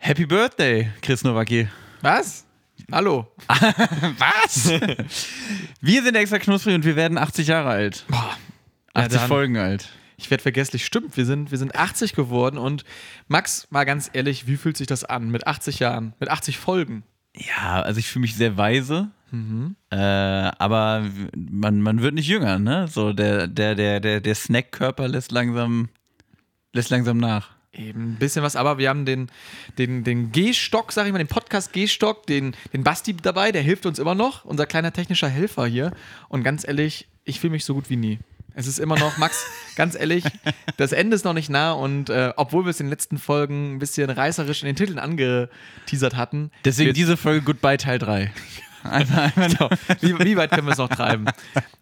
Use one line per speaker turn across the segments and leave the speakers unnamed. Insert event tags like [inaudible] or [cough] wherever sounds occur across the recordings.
Happy Birthday, Chris Nowacki.
Was? Hallo.
[laughs] Was? wir sind extra knusprig und wir werden 80 Jahre alt.
Boah.
80
dann.
Folgen alt.
Ich werde vergesslich. Stimmt, wir sind, wir sind 80 geworden und Max, mal ganz ehrlich, wie fühlt sich das an mit 80 Jahren, mit 80 Folgen?
Ja, also ich fühle mich sehr weise.
Mhm.
Äh, aber w- man, man wird nicht jünger, ne? So der, der, der, der, der Snackkörper lässt langsam, lässt langsam nach.
Eben ein bisschen was, aber wir haben den, den, den G-Stock, sag ich mal, den Podcast-G-Stock, den, den Basti dabei, der hilft uns immer noch, unser kleiner technischer Helfer hier. Und ganz ehrlich, ich fühle mich so gut wie nie. Es ist immer noch, Max, ganz ehrlich, das Ende ist noch nicht nah und äh, obwohl wir es in den letzten Folgen ein bisschen reißerisch in den Titeln angeteasert hatten,
Deswegen
wir-
diese Folge Goodbye Teil
[laughs]
3. Einfach, einfach
Genau. [laughs] Wie, wie weit können wir es noch treiben?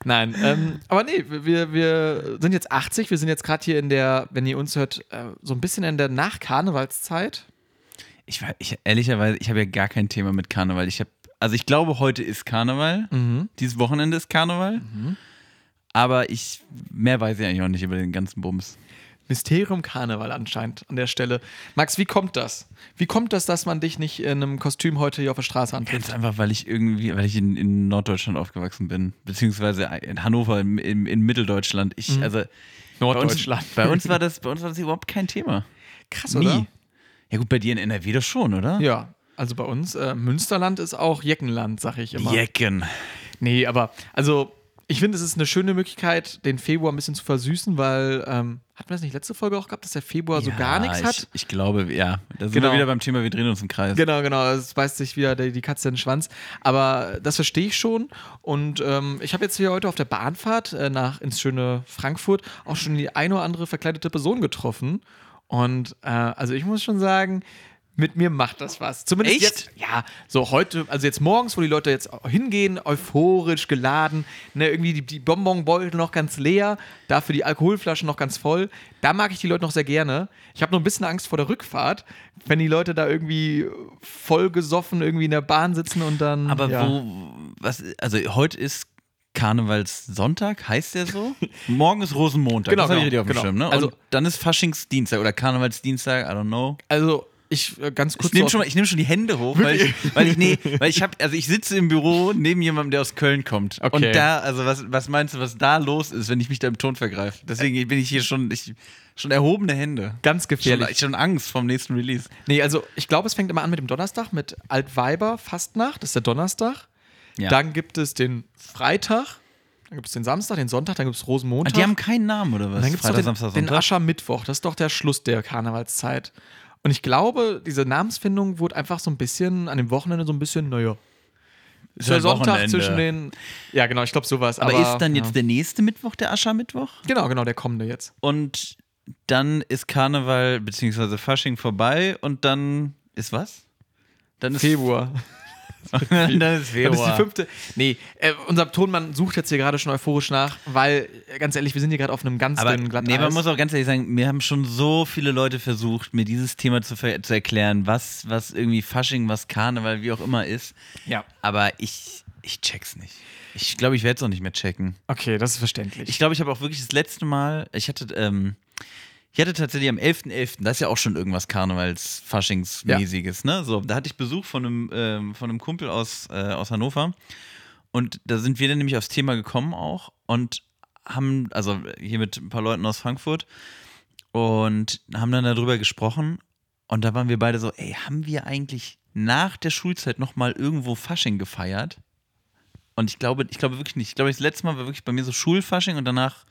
Nein. Ähm, aber nee, wir, wir sind jetzt 80. Wir sind jetzt gerade hier in der, wenn ihr uns hört, äh, so ein bisschen in der Nachkarnevalszeit.
Ich, war- ich ehrlicherweise, ich habe ja gar kein Thema mit Karneval. Ich habe, also ich glaube, heute ist Karneval.
Mhm.
Dieses Wochenende ist Karneval. Aber ich mehr weiß ich eigentlich auch nicht über den ganzen Bums.
Mysterium Karneval anscheinend an der Stelle. Max, wie kommt das? Wie kommt das, dass man dich nicht in einem Kostüm heute hier auf der Straße
Ganz
antrifft?
einfach, weil ich irgendwie, weil ich in, in Norddeutschland aufgewachsen bin, beziehungsweise in Hannover, in, in, in Mitteldeutschland. Ich,
Mhm.
also Bei uns, bei uns war das, bei uns war das überhaupt kein Thema.
Krass, oder?
Nie. Ja gut, bei dir in NRW doch schon, oder?
Ja. Also bei uns, äh, Münsterland ist auch Jeckenland, sag ich immer.
Jecken.
Nee, aber also ich finde, es ist eine schöne Möglichkeit, den Februar ein bisschen zu versüßen, weil ähm, hatten wir das nicht letzte Folge auch gehabt, dass der Februar so Also gar nichts hat?
Ich, ich glaube, ja. Da sind
Genau.
wir wieder beim Thema, wir drehen uns im Kreis.
Genau, genau, es beißt sich wieder die, die Katze in den Schwanz. Aber das verstehe ich schon. Und ähm, ich habe jetzt hier heute auf der Bahnfahrt äh, nach ins schöne Frankfurt auch schon die eine oder andere verkleidete Person getroffen. Und äh, also ich muss schon sagen, mit mir macht das was. Zumindest
Echt?
jetzt. Ja, so heute, also jetzt morgens, wo die Leute jetzt hingehen, euphorisch geladen, ne, irgendwie die, die Bonbonbeutel noch ganz leer, dafür die Alkoholflaschen noch ganz voll. Da mag ich die Leute noch sehr gerne. Ich habe nur ein bisschen Angst vor der Rückfahrt, wenn die Leute da irgendwie vollgesoffen irgendwie in der Bahn sitzen und dann.
Aber
ja.
wo, was, also heute ist Karnevalssonntag, heißt der so? Morgen ist Rosenmontag,
Genau,
das habe ich richtig
genau,
auf dem
genau.
Schirm, ne? Und
Also-
dann ist Faschingsdienstag oder Karnevalsdienstag, I don't know.
Also, ich äh, ganz kurz.
Ich nehme
so-
schon, mal- ich nehm schon die Hände hoch, weil ich, weil ich, nee, weil ich habe, also ich sitze im Büro neben jemandem, der aus Köln kommt.
Okay.
Und da, also was, was meinst du, was da los ist, wenn ich mich da im Ton vergreife? Deswegen bin ich hier schon, ich, schon erhobene Hände.
Ganz
Schon,
gefährlich.
schon Angst vom nächsten Release.
Nee, also ich glaube, es fängt immer an mit dem Donnerstag, mit Altweiber, Fastnacht, das ist der Donnerstag.
Ja.
Dann gibt es den Freitag, dann gibt es den Samstag, den Sonntag, dann gibt es
Ah,
Rosenmontag.
die haben keinen Namen, oder was?
dann gibt es den, den
Sonntag?
Aschermittwoch, das ist doch der Schluss der Karnevalszeit. Und ich glaube, diese Namensfindung wurde einfach so ein bisschen an dem Wochenende so ein bisschen, naja. Ist
ja
der
ein
Sonntag
Wochenende.
zwischen den. Ja, genau, ich glaube sowas.
Aber,
Aber,
ist dann jetzt
ja.
der nächste Mittwoch der Aschermittwoch?
Genau, genau, der kommende jetzt.
Und dann ist Karneval bzw. Fasching vorbei und dann ist was? Dann ist
Februar.
[laughs] dann ist
Dann ist die
Februar.
fünfte. Nee, äh, unser Tonmann sucht jetzt hier gerade schon euphorisch nach, weil, äh, ganz ehrlich, wir sind hier gerade auf einem ganz
aber
dünnen Glatteis.
nee, man muss auch ganz ehrlich sagen, mir haben schon so viele Leute versucht, mir dieses Thema zu, ver zu erklären, was, was irgendwie Fasching, was Karneval, wie auch immer ist.
ja.
Aber ich, ich check's nicht. Ich glaube, ich werde es auch nicht mehr checken.
Okay, das ist verständlich.
Ich glaube, ich habe auch wirklich das letzte Mal, ich hatte, ähm, ich hatte tatsächlich am 11.11., das ist ja auch schon irgendwas Karnevals-Faschingsmäßiges, ne? So, da hatte ich Besuch von einem, ähm, von einem Kumpel aus, äh, aus Hannover und da sind wir dann nämlich aufs Thema gekommen auch und haben, also hier mit ein paar Leuten aus Frankfurt und haben dann darüber gesprochen und da waren wir beide so, ey, haben wir eigentlich nach der Schulzeit nochmal irgendwo Fasching gefeiert? Und ich glaube, ich glaube wirklich nicht. Ich glaube, das letzte Mal war wirklich bei mir so Schulfasching und danach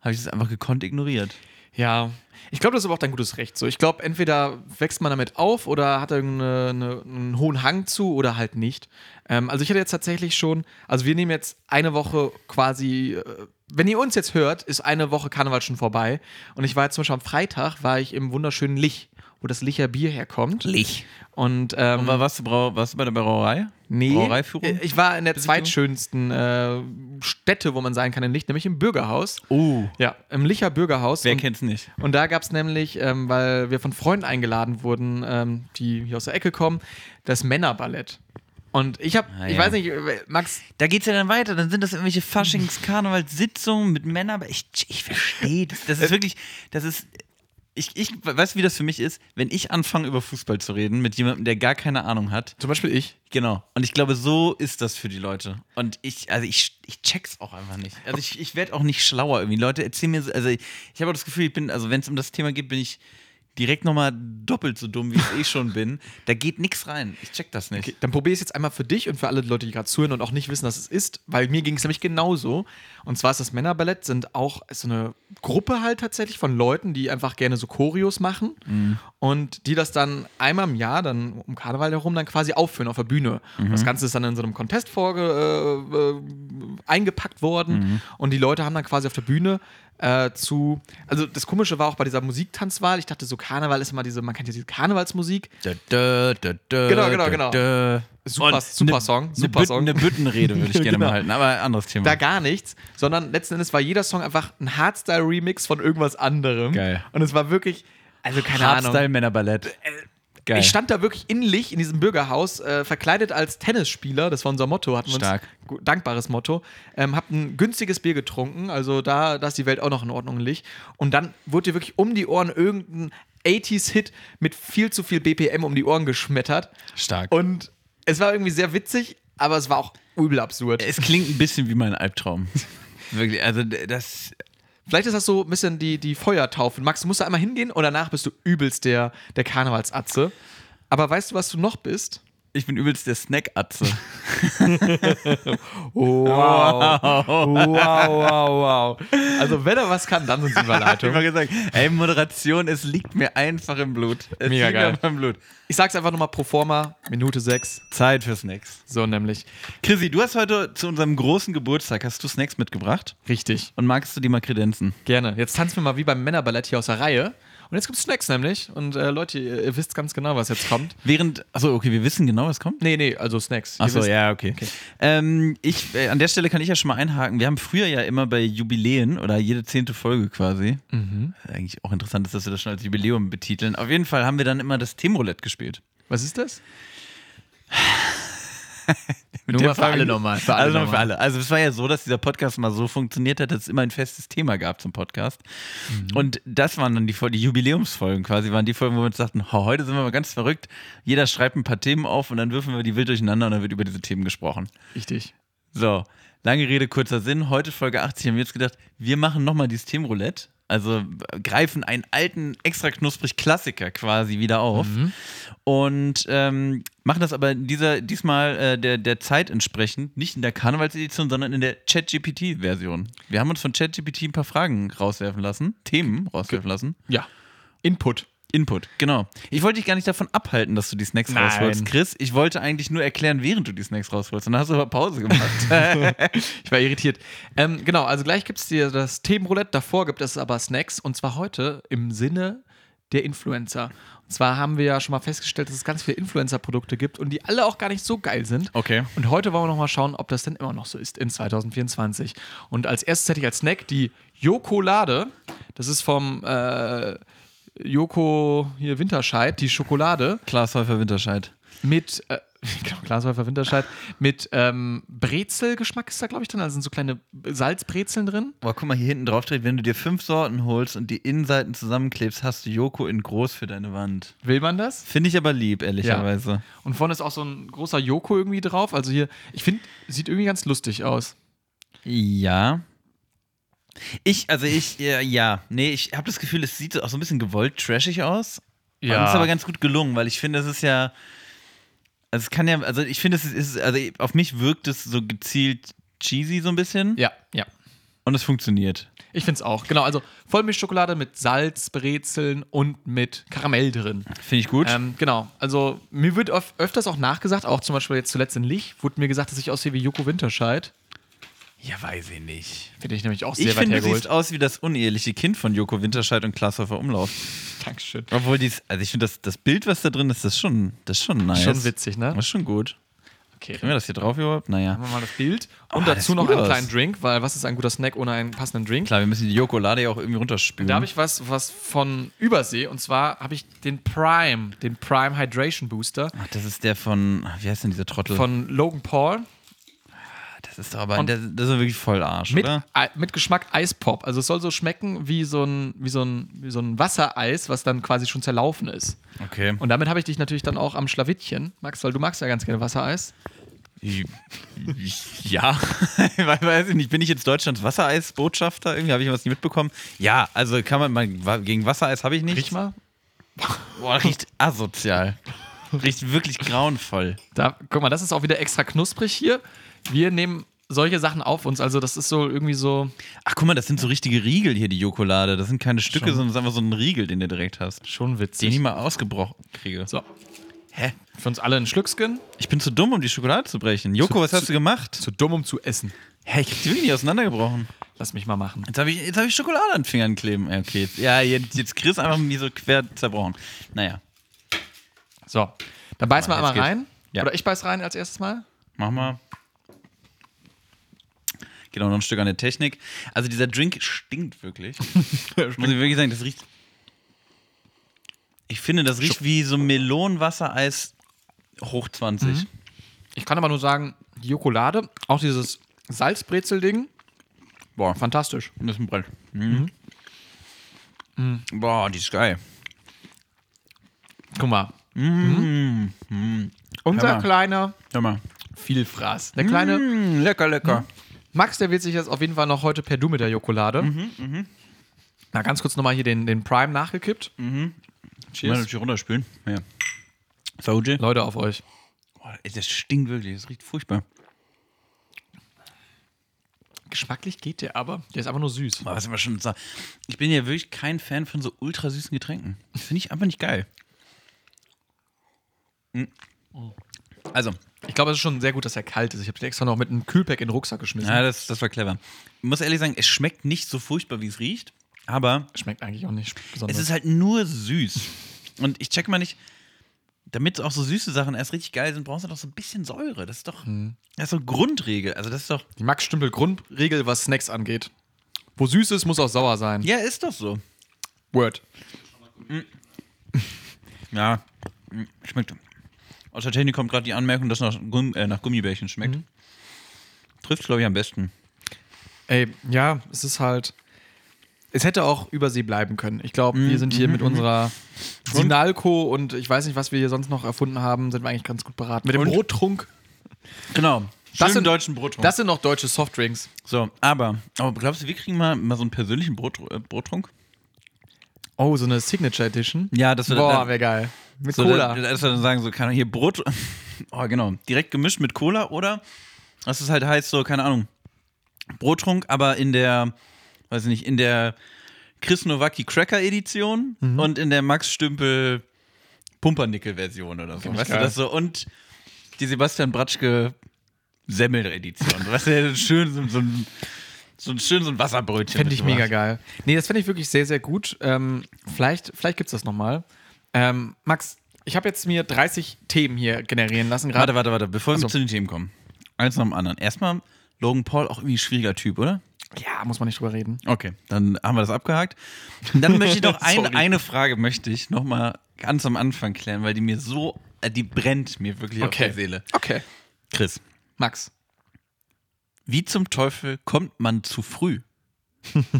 habe ich es einfach gekonnt ignoriert.
Ja, ich glaube, das ist aber auch dein gutes Recht. So, ich glaube, entweder wächst man damit auf oder hat er eine, eine, einen hohen Hang zu oder halt nicht. Ähm, also ich hatte jetzt tatsächlich schon, also wir nehmen jetzt eine Woche quasi, äh, wenn ihr uns jetzt hört, ist eine Woche Karneval schon vorbei. Und ich war jetzt zum Beispiel am Freitag, war ich im wunderschönen Lich, wo das Licher Bier herkommt.
Lich.
Und, ähm,
Und war, warst, du Brau warst du bei der Brauerei?
Nee,
Brauereiführung?
äh, ich war in der
Besichtigung?
zweitschönsten äh, Stätte, wo man sein kann in Licht, nämlich im Bürgerhaus.
oh,
Ja, im Licher Bürgerhaus.
wer
Und-
kennt's nicht?
und da gab es nämlich, ähm, weil wir von Freunden eingeladen wurden, ähm, die hier aus der Ecke kommen, das Männerballett. Und ich habe,
Ah,
ich
ja.
weiß nicht, äh, Max,
Da geht's ja dann weiter. Dann sind das irgendwelche Faschings-Karnevals-Sitzungen mit Männern, aber ich, ich verstehe das. Das ist wirklich, das ist ich, ich weiß, wie das für mich ist, wenn ich anfange, über Fußball zu reden mit jemandem, der gar keine Ahnung hat.
Zum Beispiel ich.
Genau. Und ich glaube, so ist das für die Leute. Und ich, also ich, ich check's auch einfach nicht. Also ich, ich werde auch nicht schlauer irgendwie. Leute erzählen mir, so- also ich, ich habe auch das Gefühl, ich bin, also wenn es um das Thema geht, bin ich direkt nochmal doppelt so dumm, wie ich eh schon bin. Da geht nichts rein. Ich check das nicht.
Okay, dann probiere ich es jetzt einmal für dich und für alle Leute, die gerade zuhören und auch nicht wissen, was es ist, weil mir ging es nämlich genauso. Und zwar ist das Männerballett, sind auch ist so eine Gruppe halt tatsächlich von Leuten, die einfach gerne so Choreos machen und die das dann einmal im Jahr, dann um Karneval herum, dann quasi aufführen auf der Bühne. Und Das Ganze ist dann in so einem Contest vorge äh, äh, eingepackt worden und die Leute haben dann quasi auf der Bühne äh, zu, also das Komische war auch bei dieser Musiktanzwahl, ich dachte so Karneval ist immer diese, man kennt ja diese Karnevalsmusik,
Genau,
genau, genau. Super- super Song, super Song.
Eine Büttenrede würde
[laughs]
ich gerne
Genau.
mal halten, aber anderes Thema.
da gar nichts, sondern letzten Endes war jeder Song einfach ein Hardstyle-Remix von irgendwas anderem.
Geil.
Und es war wirklich, also keine Ahnung. Äh,
Männerballett. Geil.
Ich stand da wirklich innerlich in diesem Bürgerhaus, äh, verkleidet als Tennisspieler, das war unser Motto, hatten wir
Stark.
uns, gu- dankbares Motto, ähm, hab ein günstiges Bier getrunken, also da, da ist die Welt auch noch in Ordnung liegt. Und dann wurde dir wirklich um die Ohren irgendein 80s-Hit mit viel zu viel BPM um die Ohren geschmettert.
Stark.
Und es war irgendwie sehr witzig, aber es war auch übel absurd.
Es klingt ein bisschen wie mein Albtraum. [laughs] Wirklich, also d- das.
Vielleicht ist das so ein bisschen die, die Feuertaufe. Max, du musst da einmal hingehen und danach bist du übelst der, der Karnevalsatze. Aber weißt du, was du noch bist?
Ich bin übelst der Snack-Atze.
Wow. [laughs] Wow, wow, wow. Also, wenn er was kann, dann sind es
Ich
Überleitungen.
mal gesagt, ey, Moderation, es liegt mir einfach im Blut. Es
Mega
liegt mir
geil.
einfach im Blut.
Ich sag's einfach nochmal pro forma: Minute 6.
Zeit für Snacks.
So nämlich.
Chrissy, du hast heute zu unserem großen Geburtstag, hast du Snacks mitgebracht
Richtig.
und magst du die mal kredenzen?
Gerne. Jetzt tanzen wir mal wie beim Männerballett hier aus der Reihe. Und jetzt gibt's Snacks nämlich. Und äh, Leute, ihr, ihr wisst ganz genau, was jetzt kommt.
Während, achso, okay, wir wissen genau, was kommt.
Nee, nee, also Snacks. Ihr
Achso,
wisst-
ja, okay. Ähm, ich, äh, an der Stelle kann ich ja schon mal einhaken. Wir haben früher ja immer bei Jubiläen oder jede zehnte Folge quasi. Eigentlich auch interessant ist, dass wir das schon als Jubiläum betiteln. Auf jeden Fall haben wir dann immer das Themenroulette gespielt.
Was ist das?
Mit
[laughs] Nur
der
mal für alle
Frage-
nochmal, für alle
also nochmal für
nochmal.
alle. Also es war ja so, dass dieser Podcast mal so funktioniert hat, dass es immer ein festes Thema gab zum Podcast.
Mhm.
Und das waren dann die, Fol- die Jubiläumsfolgen quasi, waren die Folgen, wo wir uns sagten, "Ho, heute sind wir mal ganz verrückt. Jeder schreibt ein paar Themen auf und dann würfen wir die wild durcheinander und dann wird über diese Themen gesprochen.
Richtig.
So, lange Rede, kurzer Sinn. Heute Folge 80 haben wir jetzt gedacht, wir machen nochmal dieses Themenroulette. Also äh, greifen einen alten, extra knusprig Klassiker quasi wieder auf. Und ähm, machen das aber in dieser, diesmal äh, der, der Zeit entsprechend, nicht in der Karnevalsedition, sondern in der ChatGPT-Version. Wir haben uns von ChatGPT ein paar Fragen rauswerfen lassen, Themen rauswerfen lassen.
Ja. Input.
Input, genau. Ich wollte dich gar nicht davon abhalten, dass du die Snacks
Nein.
rausholst, Chris. Ich wollte eigentlich nur erklären, während du die Snacks rausholst. Und dann hast du aber Pause gemacht.
Ich war irritiert. Ähm, genau, also gleich gibt es dir das Themenroulette, davor gibt es aber Snacks und zwar heute im Sinne der Influencer. Und zwar haben wir ja schon mal festgestellt, dass es ganz viele Influencer-Produkte gibt und die alle auch gar nicht so geil sind.
Okay.
Und heute wollen wir nochmal schauen, ob das denn immer noch so ist in 2024. Und als erstes hätte ich als Snack die Jokolade. Das ist vom äh, Joko hier Winterscheid, die Schokolade
Klaas Häufer Winterscheid.
mit äh, [laughs] genau, Glashäufer Winterscheid, mit ähm, Brezelgeschmack ist da, glaube ich, drin. Also sind so kleine Salzbrezeln drin.
Boah, guck mal, hier hinten drauf steht, wenn du dir fünf Sorten holst und die Innenseiten zusammenklebst, hast du Joko in groß für deine Wand.
Will man das?
Finde ich aber lieb, ehrlicherweise.
Und vorne ist auch so ein großer Joko irgendwie drauf. Also hier, ich finde, sieht irgendwie ganz lustig aus.
Ja. Ich, also ich, ja, ja. Nee, ich habe das Gefühl, es sieht auch so ein bisschen gewollt trashig aus.
Ja.
Uns aber ganz gut gelungen, weil ich finde, es ist ja. Also es kann ja, also ich finde, es ist, also auf mich wirkt es so gezielt cheesy so ein bisschen.
Ja, ja.
Und es funktioniert.
Ich finde es auch. Genau, also Vollmilchschokolade mit Salzbrezeln und mit Karamell drin.
Finde ich gut.
Ähm, genau, also mir wird öf öfters auch nachgesagt, auch zum Beispiel jetzt zuletzt in Lich, wurde mir gesagt, dass ich aussehe wie Joko Winterscheid.
ja, weiß ich nicht.
Finde ich nämlich auch sehr
Ich
weit
finde, du siehst
hergeholt.
aus wie das uneheliche Kind von Joko Winterscheid und Klaas Häufer Umlauf.
Dankeschön.
Obwohl dies, also ich finde das, das Bild, was da drin ist, das ist schon, das ist schon nice.
Schon witzig, ne?
Das ist schon gut.
Okay,
Kriegen wir das hier drauf überhaupt? Naja.
Machen wir mal das Bild. Und
Ah, das
dazu
sieht
noch
gut
einen
aus.
kleinen Drink, weil was ist ein guter Snack ohne einen passenden Drink?
Klar, Mhm. wir müssen die Jokolade ja auch irgendwie runterspülen.
Da habe ich was, was von Übersee und zwar habe ich den Prime, den Prime
Ah.
Hydration Booster
Ach, das ist der von, wie heißt denn dieser Trottel?
von Logan Paul.
Das ist doch aber,
Und-
das, das ist doch wirklich voll Arsch,
Mit,
oder?
Ei- mit Geschmack Eispop. Also es soll so schmecken wie so ein, wie so ein, wie so ein Wassereis, was dann quasi schon zerlaufen ist.
Okay.
Und damit habe ich dich natürlich dann auch am Schlawittchen, Max, weil du magst ja ganz gerne Wassereis.
Äh, Ja, [laughs] weil, weiß ich nicht, bin ich jetzt Deutschlands Wassereis-Botschafter? Irgendwie habe ich was nicht mitbekommen. Ja, also kann man, man wa- gegen Wassereis habe ich nicht.
Riech mal.
Boah, riecht asozial. Riecht wirklich grauenvoll.
Da, guck mal, das ist auch wieder extra knusprig hier. Wir nehmen solche Sachen auf uns. Also das ist so irgendwie so.
Ach, guck mal, das sind so richtige Riegel hier, die Jokolade. Das sind keine Stücke, sondern das ist einfach so ein Riegel, den du direkt hast.
Schon
Den ich
witzig.
mal ausgebrochen kriege.
So,
Hä?
für uns alle ein Schlückskin.
Ich bin zu dumm, um die Schokolade zu brechen. Joko,
Zu-
was hast
zu-
du gemacht?
Zu dumm, um zu essen.
Hä, ich hab die wirklich nicht auseinandergebrochen.
Lass mich mal machen.
Jetzt habe ich, jetzt hab ich Schokolade an den Fingern kleben. Ja, Okay, jetzt- ja, jetzt, jetzt Chris einfach mir so quer zerbrochen. Naja,
So, dann beiß mal
Mann, jetzt
einmal rein.
geht's. Ja.
Oder ich beiß rein als erstes Mal.
mach mal. Geht auch noch ein Stück an der Technik. Also dieser Drink stinkt [laughs] wirklich. Muss ich wirklich sagen, das riecht. Ich finde, das riecht wie so Melonenwassereis hoch 20.
Ich kann aber nur sagen, die Jokolade, auch dieses Salzbrezel-Ding,
Boah,
fantastisch.
das ist ein Brett. Mhm. Boah, die ist geil.
Guck mal. Unser
Hör mal.
kleiner
Hör mal.
Vielfraß. Der kleine
Mm, lecker, lecker.
Max, der wird sich jetzt auf jeden Fall noch heute per Du mit der Jokolade. Na, ganz kurz nochmal hier den, den Prime nachgekippt.
Mal
Cheers.
natürlich runterspülen. Ja. Soji.
Leute auf euch.
Boah, Oh, ey, das stinkt wirklich, das riecht furchtbar.
Geschmacklich geht der aber. Der ist einfach nur süß.
Boah, was immer schon so- Ich bin ja wirklich kein Fan von so ultra süßen Getränken. Das finde ich einfach nicht geil. Hm. Also,
Ich glaube, es ist schon sehr gut, dass er kalt ist. Ich habe den extra noch mit einem Kühlpack in den Rucksack geschmissen.
ja, das, das war clever. Ich muss ehrlich sagen, es schmeckt nicht so furchtbar, wie es riecht, aber
Schmeckt eigentlich auch nicht
es
besonders.
ist halt nur süß. Und ich check mal nicht, damit auch so süße Sachen erst richtig geil sind, brauchst du doch so ein bisschen Säure. Das ist doch, das ist doch Grundregel. Also, das ist doch,
halt die Max-Stümpel-Grundregel, was Snacks angeht. Wo süß ist, muss auch sauer sein.
ja, ist doch so.
Word.
Ja, mm, schmeckt. Aus der Technik kommt gerade die Anmerkung, dass nach, Gumm, äh, nach Gummibärchen schmeckt. Trifft, glaube ich, am besten.
Ey, ja, es ist halt. Es hätte auch über sie bleiben können. Ich glaube, wir sind hier mit unserer Sinalco Mhm, und ich weiß nicht, was wir hier sonst noch erfunden haben, sind wir eigentlich ganz gut beraten. Mit dem
Und?
Brottrunk.
Genau.
Das
Das
sind-
sind deutschen Brottrunk.
Das sind noch deutsche Softdrinks.
so, aber, aber glaubst du, wir kriegen mal, mal so einen persönlichen Brot, äh, Brottrunk?
Oh, so eine Signature Edition.
Ja, das wird-
Boah,
dann-
wäre geil. Mit
So,
Cola.
da- Dass wir dann sagen, so, keine Ahnung, hier Brot. [laughs] Oh, genau. Direkt gemischt mit Cola oder dass es halt heißt, so, keine Ahnung, Brottrunk, aber in der, weiß ich nicht, in der Chris Nowacki Cracker Edition
Mhm.
und in der Max Stümpel Pumpernickel Version oder so.
ich
Weißt
geil.
du das so? Und die Sebastian Bratschke Semmel Edition. weißt du, schön so, so ein. So ein schön so ein Wasserbrötchen.
Fände ich
mitgebracht.
mega geil. Nee, das fände ich wirklich sehr, sehr gut. Ähm, vielleicht vielleicht gibt es das nochmal. Ähm, Max, ich habe jetzt mir 30 Themen hier generieren lassen
Warte,
gerade.
warte, warte, bevor wir
Ach so.
zu den Themen kommen. Eins nach dem anderen. Erstmal Logan Paul, auch irgendwie ein schwieriger Typ, oder?
Ja, muss man nicht drüber reden.
Okay, dann haben wir das abgehakt. Und dann möchte ich
[laughs]
noch ein,
Sorry.
eine Frage möchte ich noch mal ganz am Anfang klären, weil die mir so, äh, die brennt mir wirklich auf der Seele.
Okay.
Chris,
Max.
wie zum Teufel kommt man zu früh?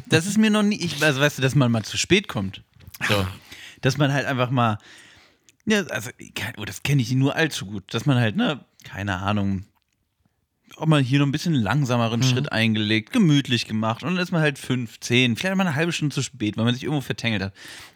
Das ist mir noch nie, ich, also weißt du, dass man mal zu spät kommt. So, dass man halt einfach mal, ja, also, kein- oh, das kenne ich nur allzu gut, dass man halt, ne, keine Ahnung, auch mal hier noch ein bisschen langsameren Schritt eingelegt, gemütlich gemacht und dann ist man halt fünf, zehn, vielleicht mal eine halbe Stunde zu spät, weil man sich irgendwo vertängelt hat.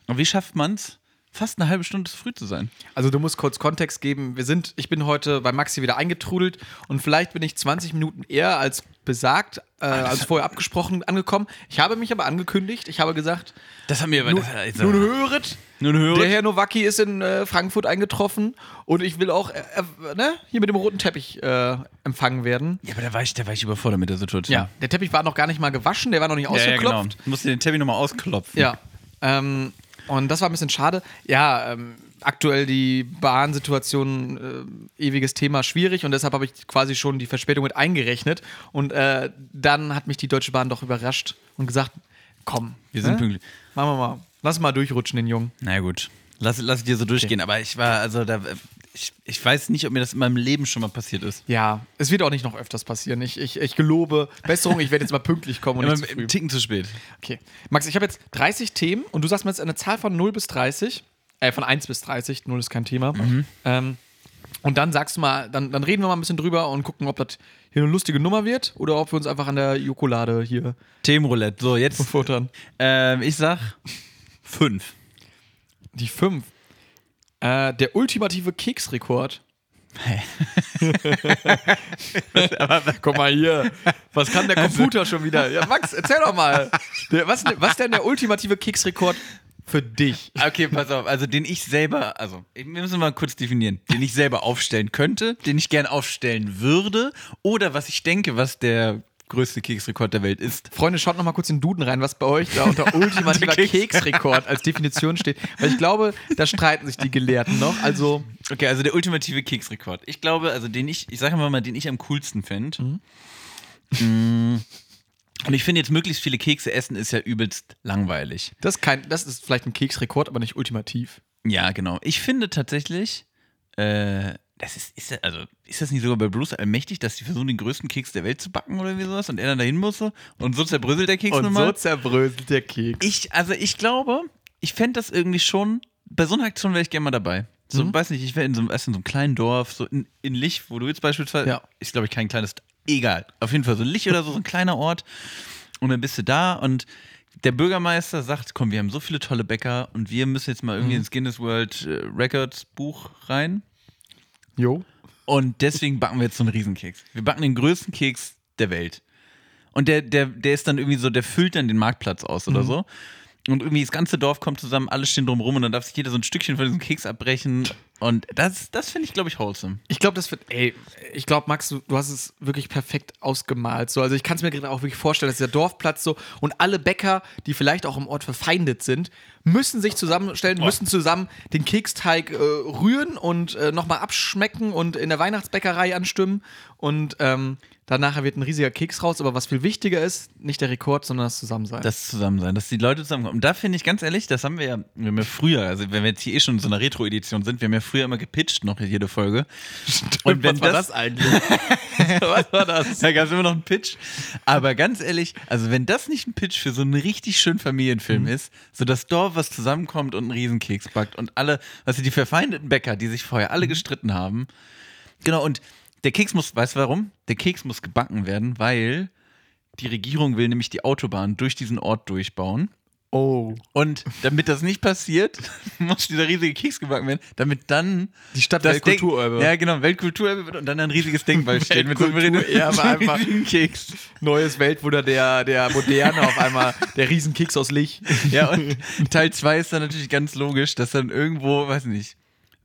Und wie schafft man es, fast eine halbe Stunde zu früh zu sein?
Also du musst kurz Kontext geben. Wir sind, ich bin heute bei Maxi wieder eingetrudelt und vielleicht bin ich 20 Minuten eher als besagt, äh, als vorher abgesprochen angekommen. Ich habe mich aber angekündigt. Ich habe gesagt,
Das haben wir aber.
nun,
das, also,
nun höret,
nun
der
höre.
Herr Nowacki ist in äh, Frankfurt eingetroffen und ich will auch äh, äh, ne, hier mit dem roten Teppich äh, empfangen werden.
Ja, aber da war ich, da war ich überfordert mit der Situation.
Ja, der Teppich war noch gar nicht mal gewaschen, der war noch nicht
Ja, ja,
ausgeklopft.
genau. Du musst dir den Termin nochmal ausklopfen.
Ja. Ähm, und das war ein bisschen schade. Ja, ähm, aktuell die Bahnsituation, äh, ewiges Thema, schwierig und deshalb habe ich quasi schon die Verspätung mit eingerechnet. Und äh, dann hat mich die Deutsche Bahn doch überrascht und gesagt: Komm,
Wir sind
ne?
pünktlich.
Machen wir mal. Lass mal durchrutschen, den Jungen.
Na gut, lass, lass dir so durchgehen. Aber ich war, also da, ich, ich weiß nicht, ob mir das in meinem Leben schon mal passiert ist.
Ja, es wird auch nicht noch öfters passieren. Ich, ich, ich gelobe Besserung, ich werde jetzt mal pünktlich kommen und
Immer
nicht zu früh.
einen Ticken zu spät.
Okay. Max, ich habe jetzt 30 Themen und du sagst mir jetzt eine Zahl von 0 bis 30. Äh, von 1 bis 30. 0 ist kein Thema. Ähm, und dann sagst du mal, dann, dann reden wir mal ein bisschen drüber und gucken, ob das hier eine lustige Nummer wird oder ob wir uns einfach an der Jokolade hier [laughs]
Themenroulette. So, jetzt.
futtern.
Ähm, ich sag fünf.
Die 5. Äh, der ultimative Keksrekord. [laughs] Guck mal hier. Was kann der Computer schon wieder? Ja, Max, erzähl doch mal. Der, was, was denn der ultimative Keksrekord für dich?
Okay, pass auf. Also, den ich selber, also, wir müssen mal kurz definieren, den ich selber aufstellen könnte, den ich gern aufstellen würde oder was ich denke, was der größte Keksrekord der Welt ist.
Freunde, schaut noch mal kurz in den Duden rein, was bei euch da unter ultimativer
Der Keks.
Keksrekord als Definition steht. Weil ich glaube, da streiten sich die Gelehrten noch. Also,
Okay, also der ultimative Keksrekord. Ich glaube, also den ich, ich sage mal mal, den ich am coolsten fände. Mm. Und ich finde jetzt möglichst viele Kekse essen ist ja übelst langweilig.
das ist, kein, das ist vielleicht ein Keksrekord, aber nicht ultimativ.
Ja, genau. Ich finde tatsächlich, äh, das ist, ist, das- also, ist das nicht sogar bei Bruce allmächtig, dass die versuchen, den größten Keks der Welt zu backen oder irgendwie sowas und er dann dahin muss so? und so zerbröselt der Keks nochmal?
zerbröselt der Keks.
Ich, also ich glaube, ich fände das irgendwie schon, bei so einer Aktion wäre ich gerne mal dabei. So, weiß nicht, ich wäre in, so, einem- weißt du, in so einem kleinen Dorf, so in, in Lich, wo du jetzt beispielsweise,
Ja.
ist glaube ich kein kleines, egal, auf jeden Fall so Lich oder so, so ein kleiner Ort. Und dann bist du da und der Bürgermeister sagt, komm, wir haben so viele tolle Bäcker und wir müssen jetzt mal irgendwie ins Guinness World äh, Records Buch rein.
Jo.
Und deswegen backen wir jetzt so einen Riesenkeks. Wir backen den größten Keks der Welt. Und der, der, der ist dann irgendwie so, der füllt dann den Marktplatz aus oder so. Und irgendwie das ganze Dorf kommt zusammen, alle stehen drum rum und dann darf sich jeder so ein Stückchen von diesem Keks abbrechen. Und das, das finde ich, glaube ich, wholesome.
Ich glaube, das wird, ey, ich glaube, Max, du, du hast es wirklich perfekt ausgemalt. So, also ich kann es mir gerade auch wirklich vorstellen, dass der Dorfplatz so und alle Bäcker, die vielleicht auch im Ort verfeindet sind, müssen sich zusammenstellen, müssen zusammen den Keksteig äh, rühren und äh, nochmal abschmecken und in der Weihnachtsbäckerei anstimmen. Und ähm, danach wird ein riesiger Keks raus. Aber was viel wichtiger ist, nicht der Rekord, sondern das Zusammensein.
Das Zusammensein, dass die Leute zusammenkommen. Und da finde ich ganz ehrlich, das haben wir ja, wir haben ja früher, also wenn wir jetzt hier eh schon in so einer Retro-Edition sind, wir haben ja früher immer gepitcht, noch jede Folge. Und wenn das,
eigentlich?
[laughs] Was war das? Da gab es immer noch einen Pitch. Aber ganz ehrlich, also wenn das nicht ein Pitch für so einen richtig schönen Familienfilm ist, so das Dorf, was zusammenkommt und einen Riesenkeks backt und alle, was also die verfeindeten Bäcker, die sich vorher alle gestritten haben. Genau, und der Keks muss, weißt du warum? Der Keks muss gebacken werden, weil die Regierung will nämlich die Autobahn durch diesen Ort durchbauen.
Oh.
Und damit das nicht passiert, [laughs] muss dieser riesige Keks gebacken werden, damit dann
Die Stadt
Denk-
Weltkulturerbe.
Ja, genau, Weltkulturerbe wird und dann ein riesiges Denkmal stehen mit so einem [laughs]
Weltkulturerbe einfach.
riesigen Keks.
Neues Weltwunder der, der Moderne auf einmal, der Riesenkeks aus Lich.
Ja, und Teil 2 ist dann natürlich ganz logisch, dass dann irgendwo, weiß nicht,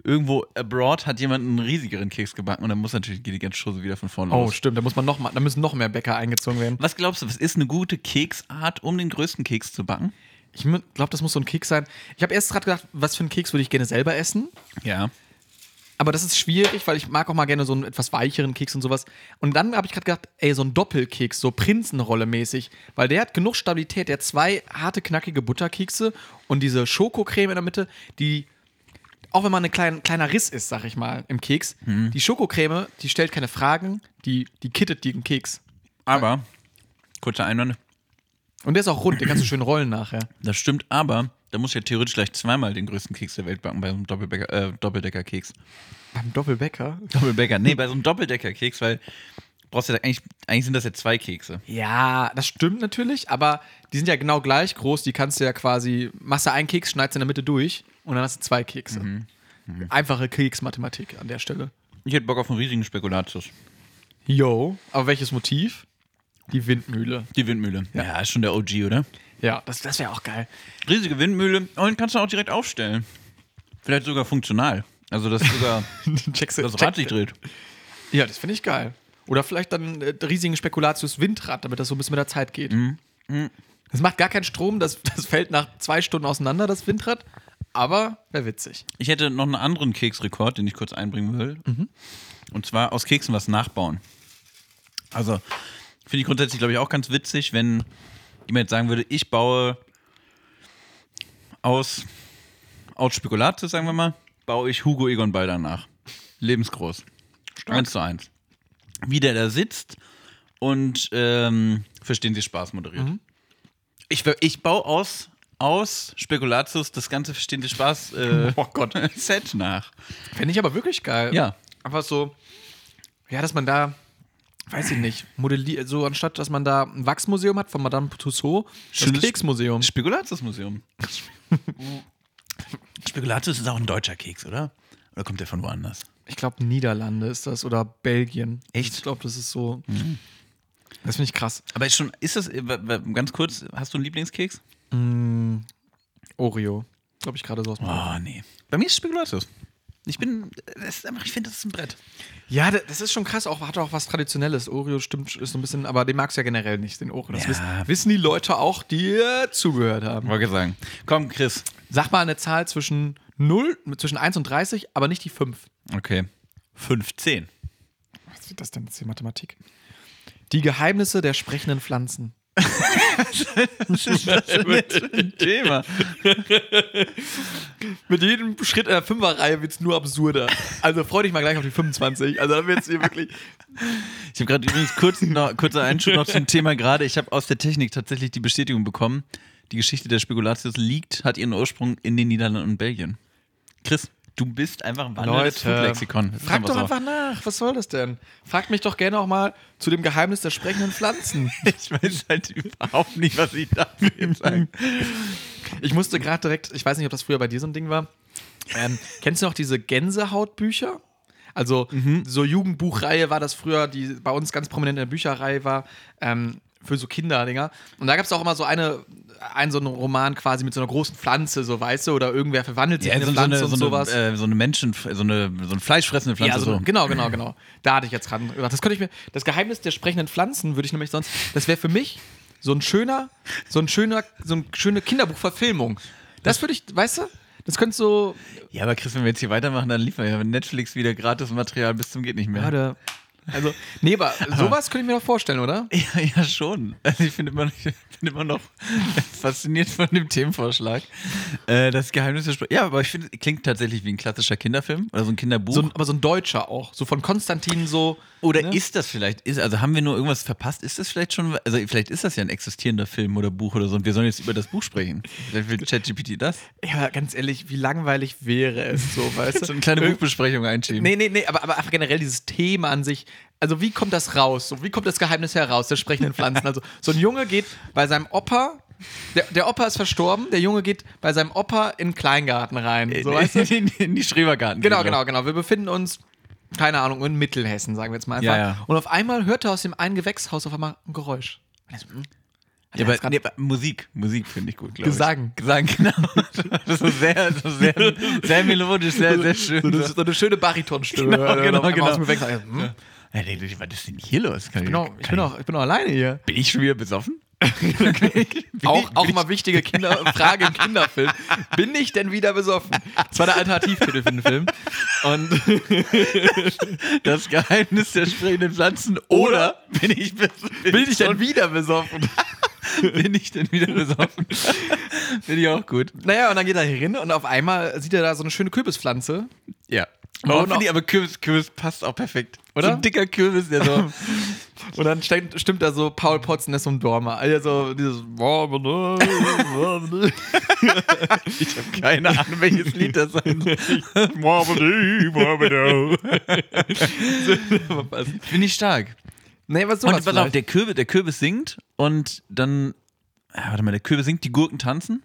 irgendwo abroad hat jemand einen riesigeren Keks gebacken und dann muss natürlich geht die ganze Chose wieder von vorne
Oh,
los.
stimmt. Da muss man noch mal, da müssen noch mehr Bäcker eingezogen werden.
Was glaubst du, was ist eine gute Keksart, um den größten Keks zu backen?
Ich glaube, das muss so ein Keks sein. Ich habe erst gerade gedacht, was für einen Keks würde ich gerne selber essen?
Ja.
Aber das ist schwierig, weil ich mag auch mal gerne so einen etwas weicheren Keks und sowas. Und dann habe ich gerade gedacht, ey, so ein Doppelkeks, so Prinzenrolle mäßig. Weil der hat genug Stabilität. Der hat zwei harte, knackige Butterkekse und diese Schokocreme in der Mitte, die, auch wenn man ein klein, kleiner Riss ist, sag ich mal, im Keks, die Schokocreme, die stellt keine Fragen, die, die kittet den Keks.
Aber, kurzer Einwand,
Und der ist auch rund, den kannst du schön rollen nachher.
das stimmt, aber da muss ja theoretisch gleich zweimal den größten Keks der Welt backen bei so einem Doppelbäcker, äh, Doppeldecker-Keks.
Beim Doppelbäcker?
Doppelbäcker. [laughs] Nee, bei so einem Doppeldecker-Keks, weil brauchst du ja eigentlich, eigentlich sind das ja zwei Kekse.
Ja, das stimmt natürlich, aber die sind ja genau gleich groß. Die kannst du ja quasi, machst du einen Keks, schneidest in der Mitte durch und dann hast du zwei Kekse. Einfache Keksmathematik an der Stelle.
Ich hätte Bock auf einen riesigen Spekulatius.
Yo. Aber welches Motiv? Die Windmühle.
Die Windmühle. Ja, ist schon der OG, oder?
Ja, das, das wäre auch geil.
Riesige Windmühle. Und kannst du auch direkt aufstellen. Vielleicht sogar funktional. Also, dass [laughs] sogar
Checkst du-
das
check-
Rad sich dreht.
Ja, das finde ich geil. Oder vielleicht dann äh, riesigen Spekulatius Windrad, damit das so ein bisschen mit der Zeit geht. Das macht gar keinen Strom, das, [laughs] das fällt nach zwei Stunden auseinander, das Windrad. Aber wäre witzig.
Ich hätte noch einen anderen Keksrekord, den ich kurz einbringen will. Und zwar aus Keksen was nachbauen. Also, finde ich grundsätzlich, glaube ich, auch ganz witzig, wenn jemand jetzt sagen würde, ich baue aus, aus Spekulatius, sagen wir mal, baue ich Hugo Egon Balder nach. lebensgroß. Eins zu eins. Wie der da sitzt und ähm, verstehen Sie Spaß moderiert. Ich, wär- ich baue aus, aus Spekulatius das ganze Verstehen Sie Spaß [laughs] äh,
Oh Gott.
Set nach.
Fände ich aber wirklich geil.
Ja.
Einfach so, ja, dass man da, weiß ich nicht, modelliert, so anstatt, dass man da ein Wachsmuseum hat von Madame Tussaud,
Schönes-
das Keksmuseum.
Spekulatius-Museum. Spekulatius ist auch ein deutscher Keks, oder? Oder kommt der von woanders?
Ich glaube, Niederlande ist das oder Belgien.
Echt? Mhm.
Ich glaube, das ist so. Das finde ich krass.
Aber ist schon, ist das, äh, w- w- ganz kurz, hast du einen Lieblingskeks?
Oreo. Glaube ich gerade so aus dem
Oh, nee. Bei mir ist Spekulatius. Ich bin, das ist einfach, ich finde, das ist ein Brett.
Ja, da- das ist schon krass, auch, hat auch was Traditionelles. Oreo stimmt, ist so ein bisschen, aber den magst du ja generell nicht, den Oreo. Das
Ja.
wissen, wissen die Leute auch, die äh, zugehört haben.
Wollte sagen. Komm, Chris.
Sag mal eine Zahl zwischen 0, zwischen 1 und 30, aber nicht die 5.
Okay. [laughs] 15.
Was wird das denn jetzt hier Mathematik? Die Geheimnisse der sprechenden Pflanzen.
Thema.
Mit jedem Schritt einer Fünferreihe wird es nur absurder. Also freu dich mal gleich auf die 25. Also dann wird es hier wirklich. [laughs]
Ich habe gerade übrigens [laughs] kurz noch, kurzer Einschub noch zum Thema gerade. Ich habe aus der Technik tatsächlich die Bestätigung bekommen, die Geschichte der Spekulatius liegt, hat ihren Ursprung in den Niederlanden und Belgien. Chris, du bist einfach ein wandelndes Food-Lexikon. Das ist
Frag doch
so.
einfach nach, was soll das denn? Fragt mich doch gerne auch mal zu dem Geheimnis der sprechenden Pflanzen.
[laughs] Ich weiß halt überhaupt nicht, was ich da [laughs] jetzt sagen.
Ich musste gerade direkt, ich weiß nicht, ob das früher bei dir so ein Ding war. Ähm, kennst du noch diese Gänsehautbücher? Also,
Mhm.
so Jugendbuchreihe war das früher, die bei uns ganz prominent in der Bücherreihe war, ähm, für so Kinderdinger. Und da gab es auch immer so eine, einen so einen Roman quasi mit so einer großen Pflanze, so weißt du, oder irgendwer verwandelt sich
Ja,
in eine
so, so,
Pflanze
eine, so,
und sowas.
eine, äh, so eine Menschen, so eine, so eine fleischfressende Pflanze.
ja, so,
so.
genau, genau, genau. Da hatte ich jetzt gerade gedacht, das könnte ich mir, das Geheimnis der sprechenden Pflanzen würde ich nämlich sonst, das wäre für mich so ein schöner, so ein schöner, so eine schöne Kinderbuchverfilmung. Das würde ich, weißt du, das könnte so,
Ja, aber Chris, wenn wir jetzt hier weitermachen, dann liefern wir ja mit Netflix wieder gratis Material bis zum geht nicht mehr.
warte, also, nee, aber sowas könnte ich mir doch vorstellen, oder?
Ja, ja, schon. Also ich bin immer, [laughs] ich bin immer noch fasziniert von dem Themenvorschlag. Äh, das Geheimnis der Sp Ja, aber ich finde, klingt tatsächlich wie ein klassischer Kinderfilm oder so ein Kinderbuch.
So, ein- aber so ein Deutscher auch, so von Konstantin so.
oder
ne?
ist das vielleicht, ist, also haben wir nur irgendwas verpasst? Ist das vielleicht schon, also vielleicht ist das ja ein existierender Film oder Buch oder so und wir sollen jetzt über das Buch sprechen. Vielleicht will ChatGPT das.
Ja, ganz ehrlich, wie langweilig wäre es [laughs] so, weißt du?
So eine kleine
Irgend-
Buchbesprechung einschieben.
Nee, nee, nee, aber, aber einfach generell dieses Thema an sich. Also, wie kommt das raus? So, wie kommt das Geheimnis heraus der sprechenden Pflanzen? Also, so ein Junge geht bei seinem Opa, der, der Opa ist verstorben, der Junge geht bei seinem Opa in den Kleingarten rein.
Äh,
So, weißt du?
[laughs] in, in die Schrebergarten.
Genau, genau, genau. Wir befinden uns, keine Ahnung, in Mittelhessen, sagen wir jetzt mal einfach.
Ja, ja.
Und auf einmal hört er aus dem einen Gewächshaus auf einmal ein Geräusch.
Ja,
hm? Der
aber,
hat's grad-
nee, aber Musik, Musik finde ich gut, glaube ich.
Gesang.
Gesang, [laughs] genau. Das ist sehr, so sehr, [laughs] sehr melodisch, sehr, sehr schön.
So eine, so eine schöne Baritonstimme.
Genau,
äh,
genau,
auf einmal
genau.
Aus dem Gewächshaus. Also, hm,
Ja, denk ich, was ist denn hier los? Kann
ich, bin auch, ich, bin
kann
auch, ich bin auch alleine hier.
ich- bin ich schon wieder besoffen?
auch, auch mal wichtige [laughs] Kinder Frage im Kinderfilm. Bin ich denn wieder besoffen? Das war der Alternativtitel für den [laughs] Film. Und
[laughs] Das Geheimnis der sprechenden Pflanzen oder bin ich, bes-
bin ich denn wieder besoffen?
[laughs] bin ich denn wieder besoffen? [laughs] Finde ich auch gut.
Naja, und dann geht er hier hin und auf einmal sieht er da so eine schöne Kürbispflanze.
Ja.
Und
Oh,
auch-
finde ich, aber Kürbis, Kürbis passt auch perfekt.
Oder?
So [laughs] ein dicker Kürbis, der
[laughs]
so.
Und dann stimmt, stimmt da so Paul Potts Ness und Dormer. Also dieses.
Ich habe keine Ahnung, welches Lied
[laughs]
das sein [laughs] soll. [laughs] Finde ich stark.
nee, was
Und
sowas
pass auf,
vielleicht.
der Kürbis, der Kürbis singt und dann. Ja, warte mal, der Kürbis singt, die Gurken tanzen.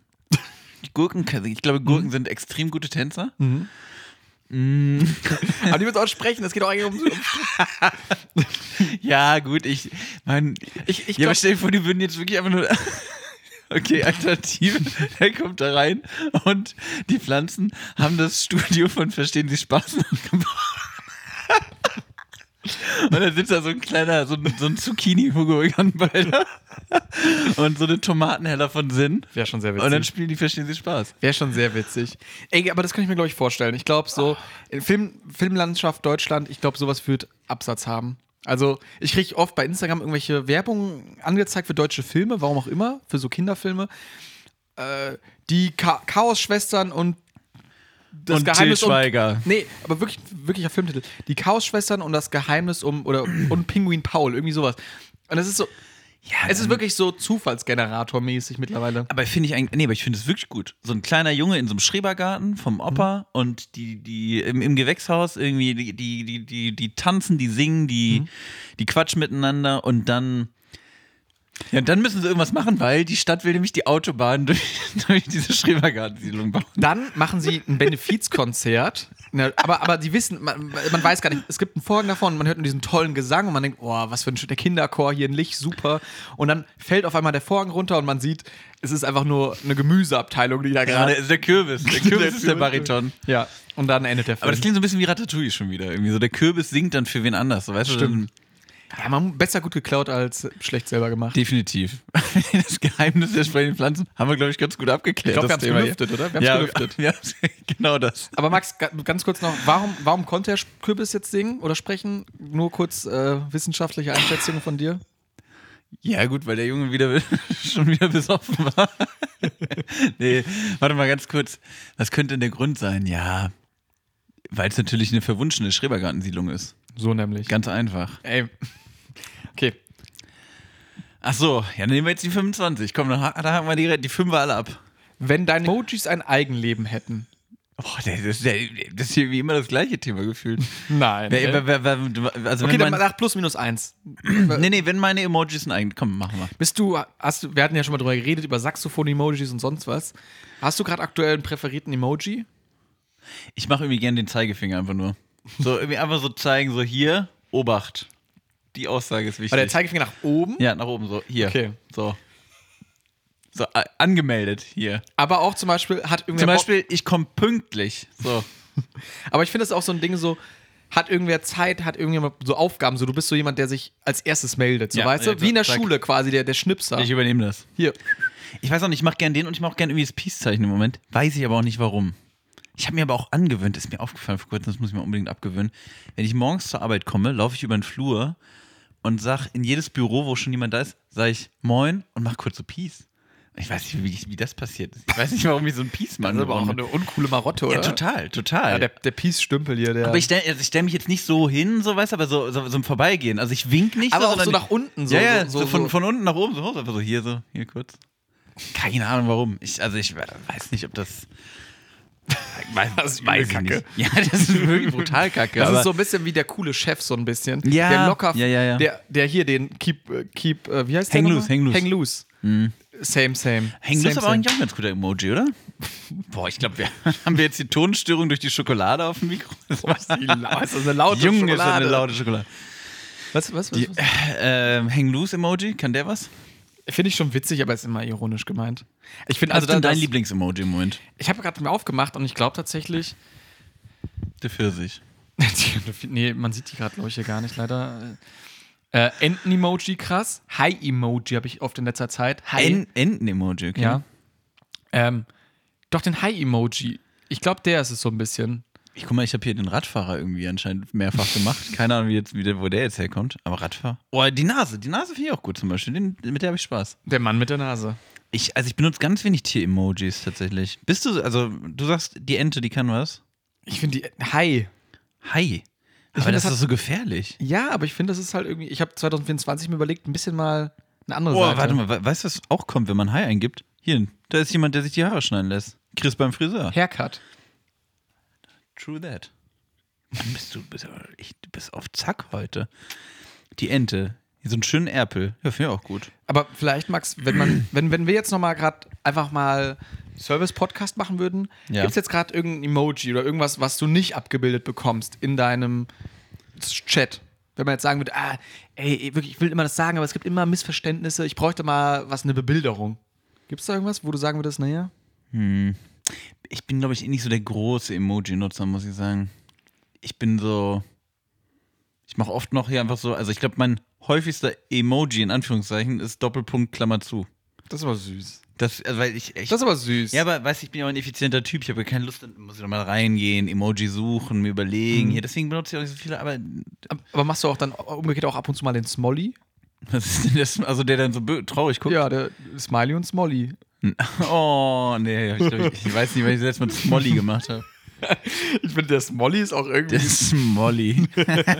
Die Gurken, ich glaube, Gurken
Mhm.
sind extrem gute Tänzer.
Aber die müssen auch sprechen, das geht auch eigentlich um. um
Ja, gut, ich. Mein,
ich ich
ja, aber
glaub-
stell dir vor, die würden jetzt wirklich einfach nur. [laughs] Okay,
[laughs]
Alternative, der kommt da rein und die Pflanzen haben das Studio von Verstehen Sie Spaß nachgebaut. Und dann sitzt da so ein kleiner, so ein, so ein Zucchini-Hugo Eganbalder und so eine Tomatenheller von Sinn.
Wäre schon sehr
Und dann spielen die Verstehen Sie Spaß.
Wäre schon sehr witzig. Ey, aber das kann ich mir, glaube ich, vorstellen. Ich glaube, so in Film, Filmlandschaft Deutschland, ich glaube, sowas wird Absatz haben. Also, ich kriege oft bei Instagram irgendwelche Werbung angezeigt für deutsche Filme, warum auch immer, für so Kinderfilme. Äh, die Cha Chaos-Schwestern und das
Und
Geheimnis
Til Schweiger.
um. Nee, aber wirklich, wirklicher Filmtitel. Die Chaos-Schwestern und das Geheimnis um. Oder und Pinguin Paul, irgendwie sowas. Und das ist so. es ist wirklich so Zufallsgenerator-mäßig mittlerweile.
Aber finde ich eigentlich, nee, aber ich finde es wirklich gut. So ein kleiner Junge in so einem Schrebergarten vom Opa und die, die im, im Gewächshaus irgendwie, die, die, die, die, die tanzen, die singen, die, die quatschen miteinander und dann. Ja, und dann müssen sie irgendwas machen, weil die Stadt will nämlich die Autobahn [laughs] durch, durch diese Schrebergartensiedlung bauen.
Dann machen sie ein Benefizkonzert. Ne, aber, aber die wissen, man, man weiß gar nicht, es gibt einen Vorhang davon, man hört nur diesen tollen Gesang und man denkt, oh, was für ein schöner Kinderchor hier in Lich, super. Und dann fällt auf einmal der Vorhang runter und man sieht, es ist einfach nur eine Gemüseabteilung, die da
Gerade [laughs]
gerade ist.
ist der Kürbis. Der Kürbis ist der Bariton.
Ja, und dann endet der Film.
Aber das klingt so ein bisschen wie Ratatouille schon wieder. Irgendwie so der Kürbis singt dann für wen anders. So, weißt Du, dann-
ja, man besser gut geklaut als schlecht selber gemacht.
Definitiv. [laughs] Das Geheimnis der sprechenden Pflanzen haben wir, glaube ich, ganz gut abgeklärt.
Ich glaub, wir
das
haben's
Thema hier.
gelüftet, oder? Wir haben's
[laughs] ja,
gelüftet.
wir haben's- genau das.
Aber Max, ga- ganz kurz noch, warum, warum konnte der Kürbis jetzt singen oder sprechen? Nur kurz äh, wissenschaftliche Einschätzung von dir.
Ja, gut, weil der Junge wieder [laughs] schon wieder besoffen war. [laughs] nee, warte mal ganz kurz. Was könnte denn der Grund sein? Ja, weil es natürlich eine verwunschene Schrebergartensiedlung ist.
So nämlich.
Ganz einfach.
Ey. Okay,
Ach so, ja, dann nehmen wir jetzt die 25. Komm, dann ha- da haken wir die, die 5 alle ab.
Wenn deine Emojis ein Eigenleben hätten.
Oh, das, ist, ja- das ist hier wie immer das gleiche Thema
[laughs]
gefühlt.
Nein. ne?
Wer- wer- wer- wer- also
okay,
wenn
dann
mein-
nach plus minus eins. Äh,
Nee, nee, wenn meine Emojis sind eigentlich. Komm, machen wir.
Bist du, hast du, wir hatten ja schon mal drüber geredet, über Saxophon-Emojis und sonst was. Hast du gerade aktuell einen präferierten Emoji?
Ich mache irgendwie gerne den Zeigefinger einfach nur. So, irgendwie einfach so zeigen, so hier, Obacht. Die Aussage ist wichtig.
Weil der Zeigefinger nach oben,
ja, nach oben so, hier.
Okay.
So. So, a- angemeldet hier.
aber auch zum Beispiel hat
Zum
irgendwer.
Beispiel, ich komme pünktlich. So.
aber ich finde das auch so ein Ding so. Hat irgendwer Zeit, hat irgendjemand so Aufgaben, so du bist so jemand, der sich als erstes meldet, so
Ja,
weißt du?
ja,
Wie in der
zack.
Schule quasi, der, der Schnipser.
Ich übernehme das.
Hier.
Ich weiß auch nicht, ich mache gerne den und ich mache auch gerne irgendwie das Peace-Zeichen im Moment. Weiß ich aber auch nicht warum. Ich habe mir aber auch angewöhnt, ist mir aufgefallen vor kurzem, das muss ich mir unbedingt abgewöhnen. Wenn ich morgens zur Arbeit komme, laufe ich über den Flur und sag in jedes Büro, wo schon jemand da ist, sage ich Moin und mach kurze Peace. Ich weiß nicht, wie, ich- wie das passiert ist. Ich weiß nicht, warum ich so ein Peace-Mann
Das ist aber auch
geworden bin.
eine uncoole Marotte, oder?
Ja, total, total.
Ja, der, der Peace-Stümpel hier, der.
aber
[laughs]
ich stelle also ich stell mich jetzt nicht so hin, so weißt du, aber so, so, so im Vorbeigehen. Also ich wink nicht.
Aber auch
sondern
so
ich-
nach unten, so-
ja, ja, so,
so- so-
von, von unten nach oben, so hoch, einfach so hier, so, hier kurz. Keine Ahnung warum. Ich, also ich weiß nicht, ob das. Weiß,
Das ist übel
weiß ich
Kacke.
nicht. Ja, das ist wirklich brutal kacke.
Das
aber
ist so ein bisschen wie der coole Chef, so ein bisschen.
Ja,
der locker,
ja, ja, ja.
Der, der hier den Keep, äh, keep äh, wie heißt
Hang
der?
loose, hang loose.
Hang loose. Same, same.
Hängen
same,
ist aber
same.
eigentlich auch ein ganz guter Emoji, oder? Boah, ich glaube, wir [laughs] haben wir jetzt die Tonstörung durch die Schokolade auf dem
[laughs]
Mikro. Das war
Die lau- ist das eine laute
Junge, ist das
Schokolade.
eine laute Schokolade.
Was, was, was? was?
Ähm, Hang loose Emoji, kann der was?
Finde ich schon witzig, aber ist immer ironisch gemeint. Ich finde,
Also
also
was ist denn
da-
dein Lieblings-Emoji im Moment?
Ich habe gerade mal aufgemacht und ich glaube tatsächlich. [laughs]
Der Pfirsich.
Die- nee, man sieht die gerade, glaube ich, hier gar nicht, leider. Äh, Enten-Emoji krass. Hi-Emoji habe ich oft in letzter Zeit. Hi.
En Enten-Emoji, okay.
ja. Ähm, doch den Hi-Emoji. Ich glaube, der ist es so ein bisschen.
Ich guck mal, ich habe hier den Radfahrer irgendwie anscheinend mehrfach [laughs] gemacht. Keine Ahnung, wie jetzt, wie der, wo der jetzt herkommt. Aber Radfahrer. Oh, die Nase. Die Nase finde ich auch gut zum Beispiel. Den, mit der habe ich Spaß.
Der Mann mit der Nase.
Ich, also ich benutze ganz wenig Tier-Emojis tatsächlich. Bist du, also du sagst, die Ente, die kann was?
Ich finde die. Hi.
Hi. Aber
find,
das,
das hat-
ist so gefährlich.
Ja, aber ich finde, das ist halt irgendwie. Ich habe 2024 mir überlegt, ein bisschen mal eine andere
Oh,
Seite.
warte mal. we- Weißt du, was auch kommt, wenn man Hi eingibt? Hier, da ist jemand, der sich die Haare schneiden lässt. Chris beim Friseur.
Haircut.
True that. Mann, bist du, bist, aber echt- du bist auf Zack heute. Die Ente. So einen schönen Erpel. Ja, finde ich auch gut.
Aber vielleicht, Max, wenn [clears throat] man, wenn, wenn wir jetzt nochmal gerade einfach mal Service-Podcast machen würden,
Ja.
gibt es jetzt gerade irgendein Emoji oder irgendwas, was du nicht abgebildet bekommst in deinem Chat? Wenn man jetzt sagen würde, ah, ey, wirklich, ich will immer das sagen, aber es gibt immer Missverständnisse, ich bräuchte mal was, eine Bebilderung. Gibt es da irgendwas, wo du sagen würdest, naja?
ich bin, glaube ich, eh nicht so der große Emoji-Nutzer, muss ich sagen. Ich bin so. Ich mache oft noch hier einfach so. Also, ich glaube, mein häufigster Emoji in Anführungszeichen ist Doppelpunkt Klammer zu.
Das ist aber süß.
Das, also, weil ich echt.
Das ist aber süß.
ja, aber weißt du, ich bin ja auch ein effizienter Typ. Ich habe keine Lust, dann muss ich nochmal reingehen, Emoji suchen, mir überlegen.
Mhm.
Hier, deswegen benutze ich auch nicht so viele, aber [laughs]
aber machst du auch dann umgekehrt auch ab und zu mal den Smolly?
was ist denn das? Also der dann so bö- traurig guckt.
Ja, der Smiley und Smolly. [laughs]
Oh, nee, ich, glaub, ich, ich weiß nicht, weil ich das letzte Mal Smolly gemacht habe.
Ich finde, der Smolly ist auch irgendwie.
Das Molly.
[laughs]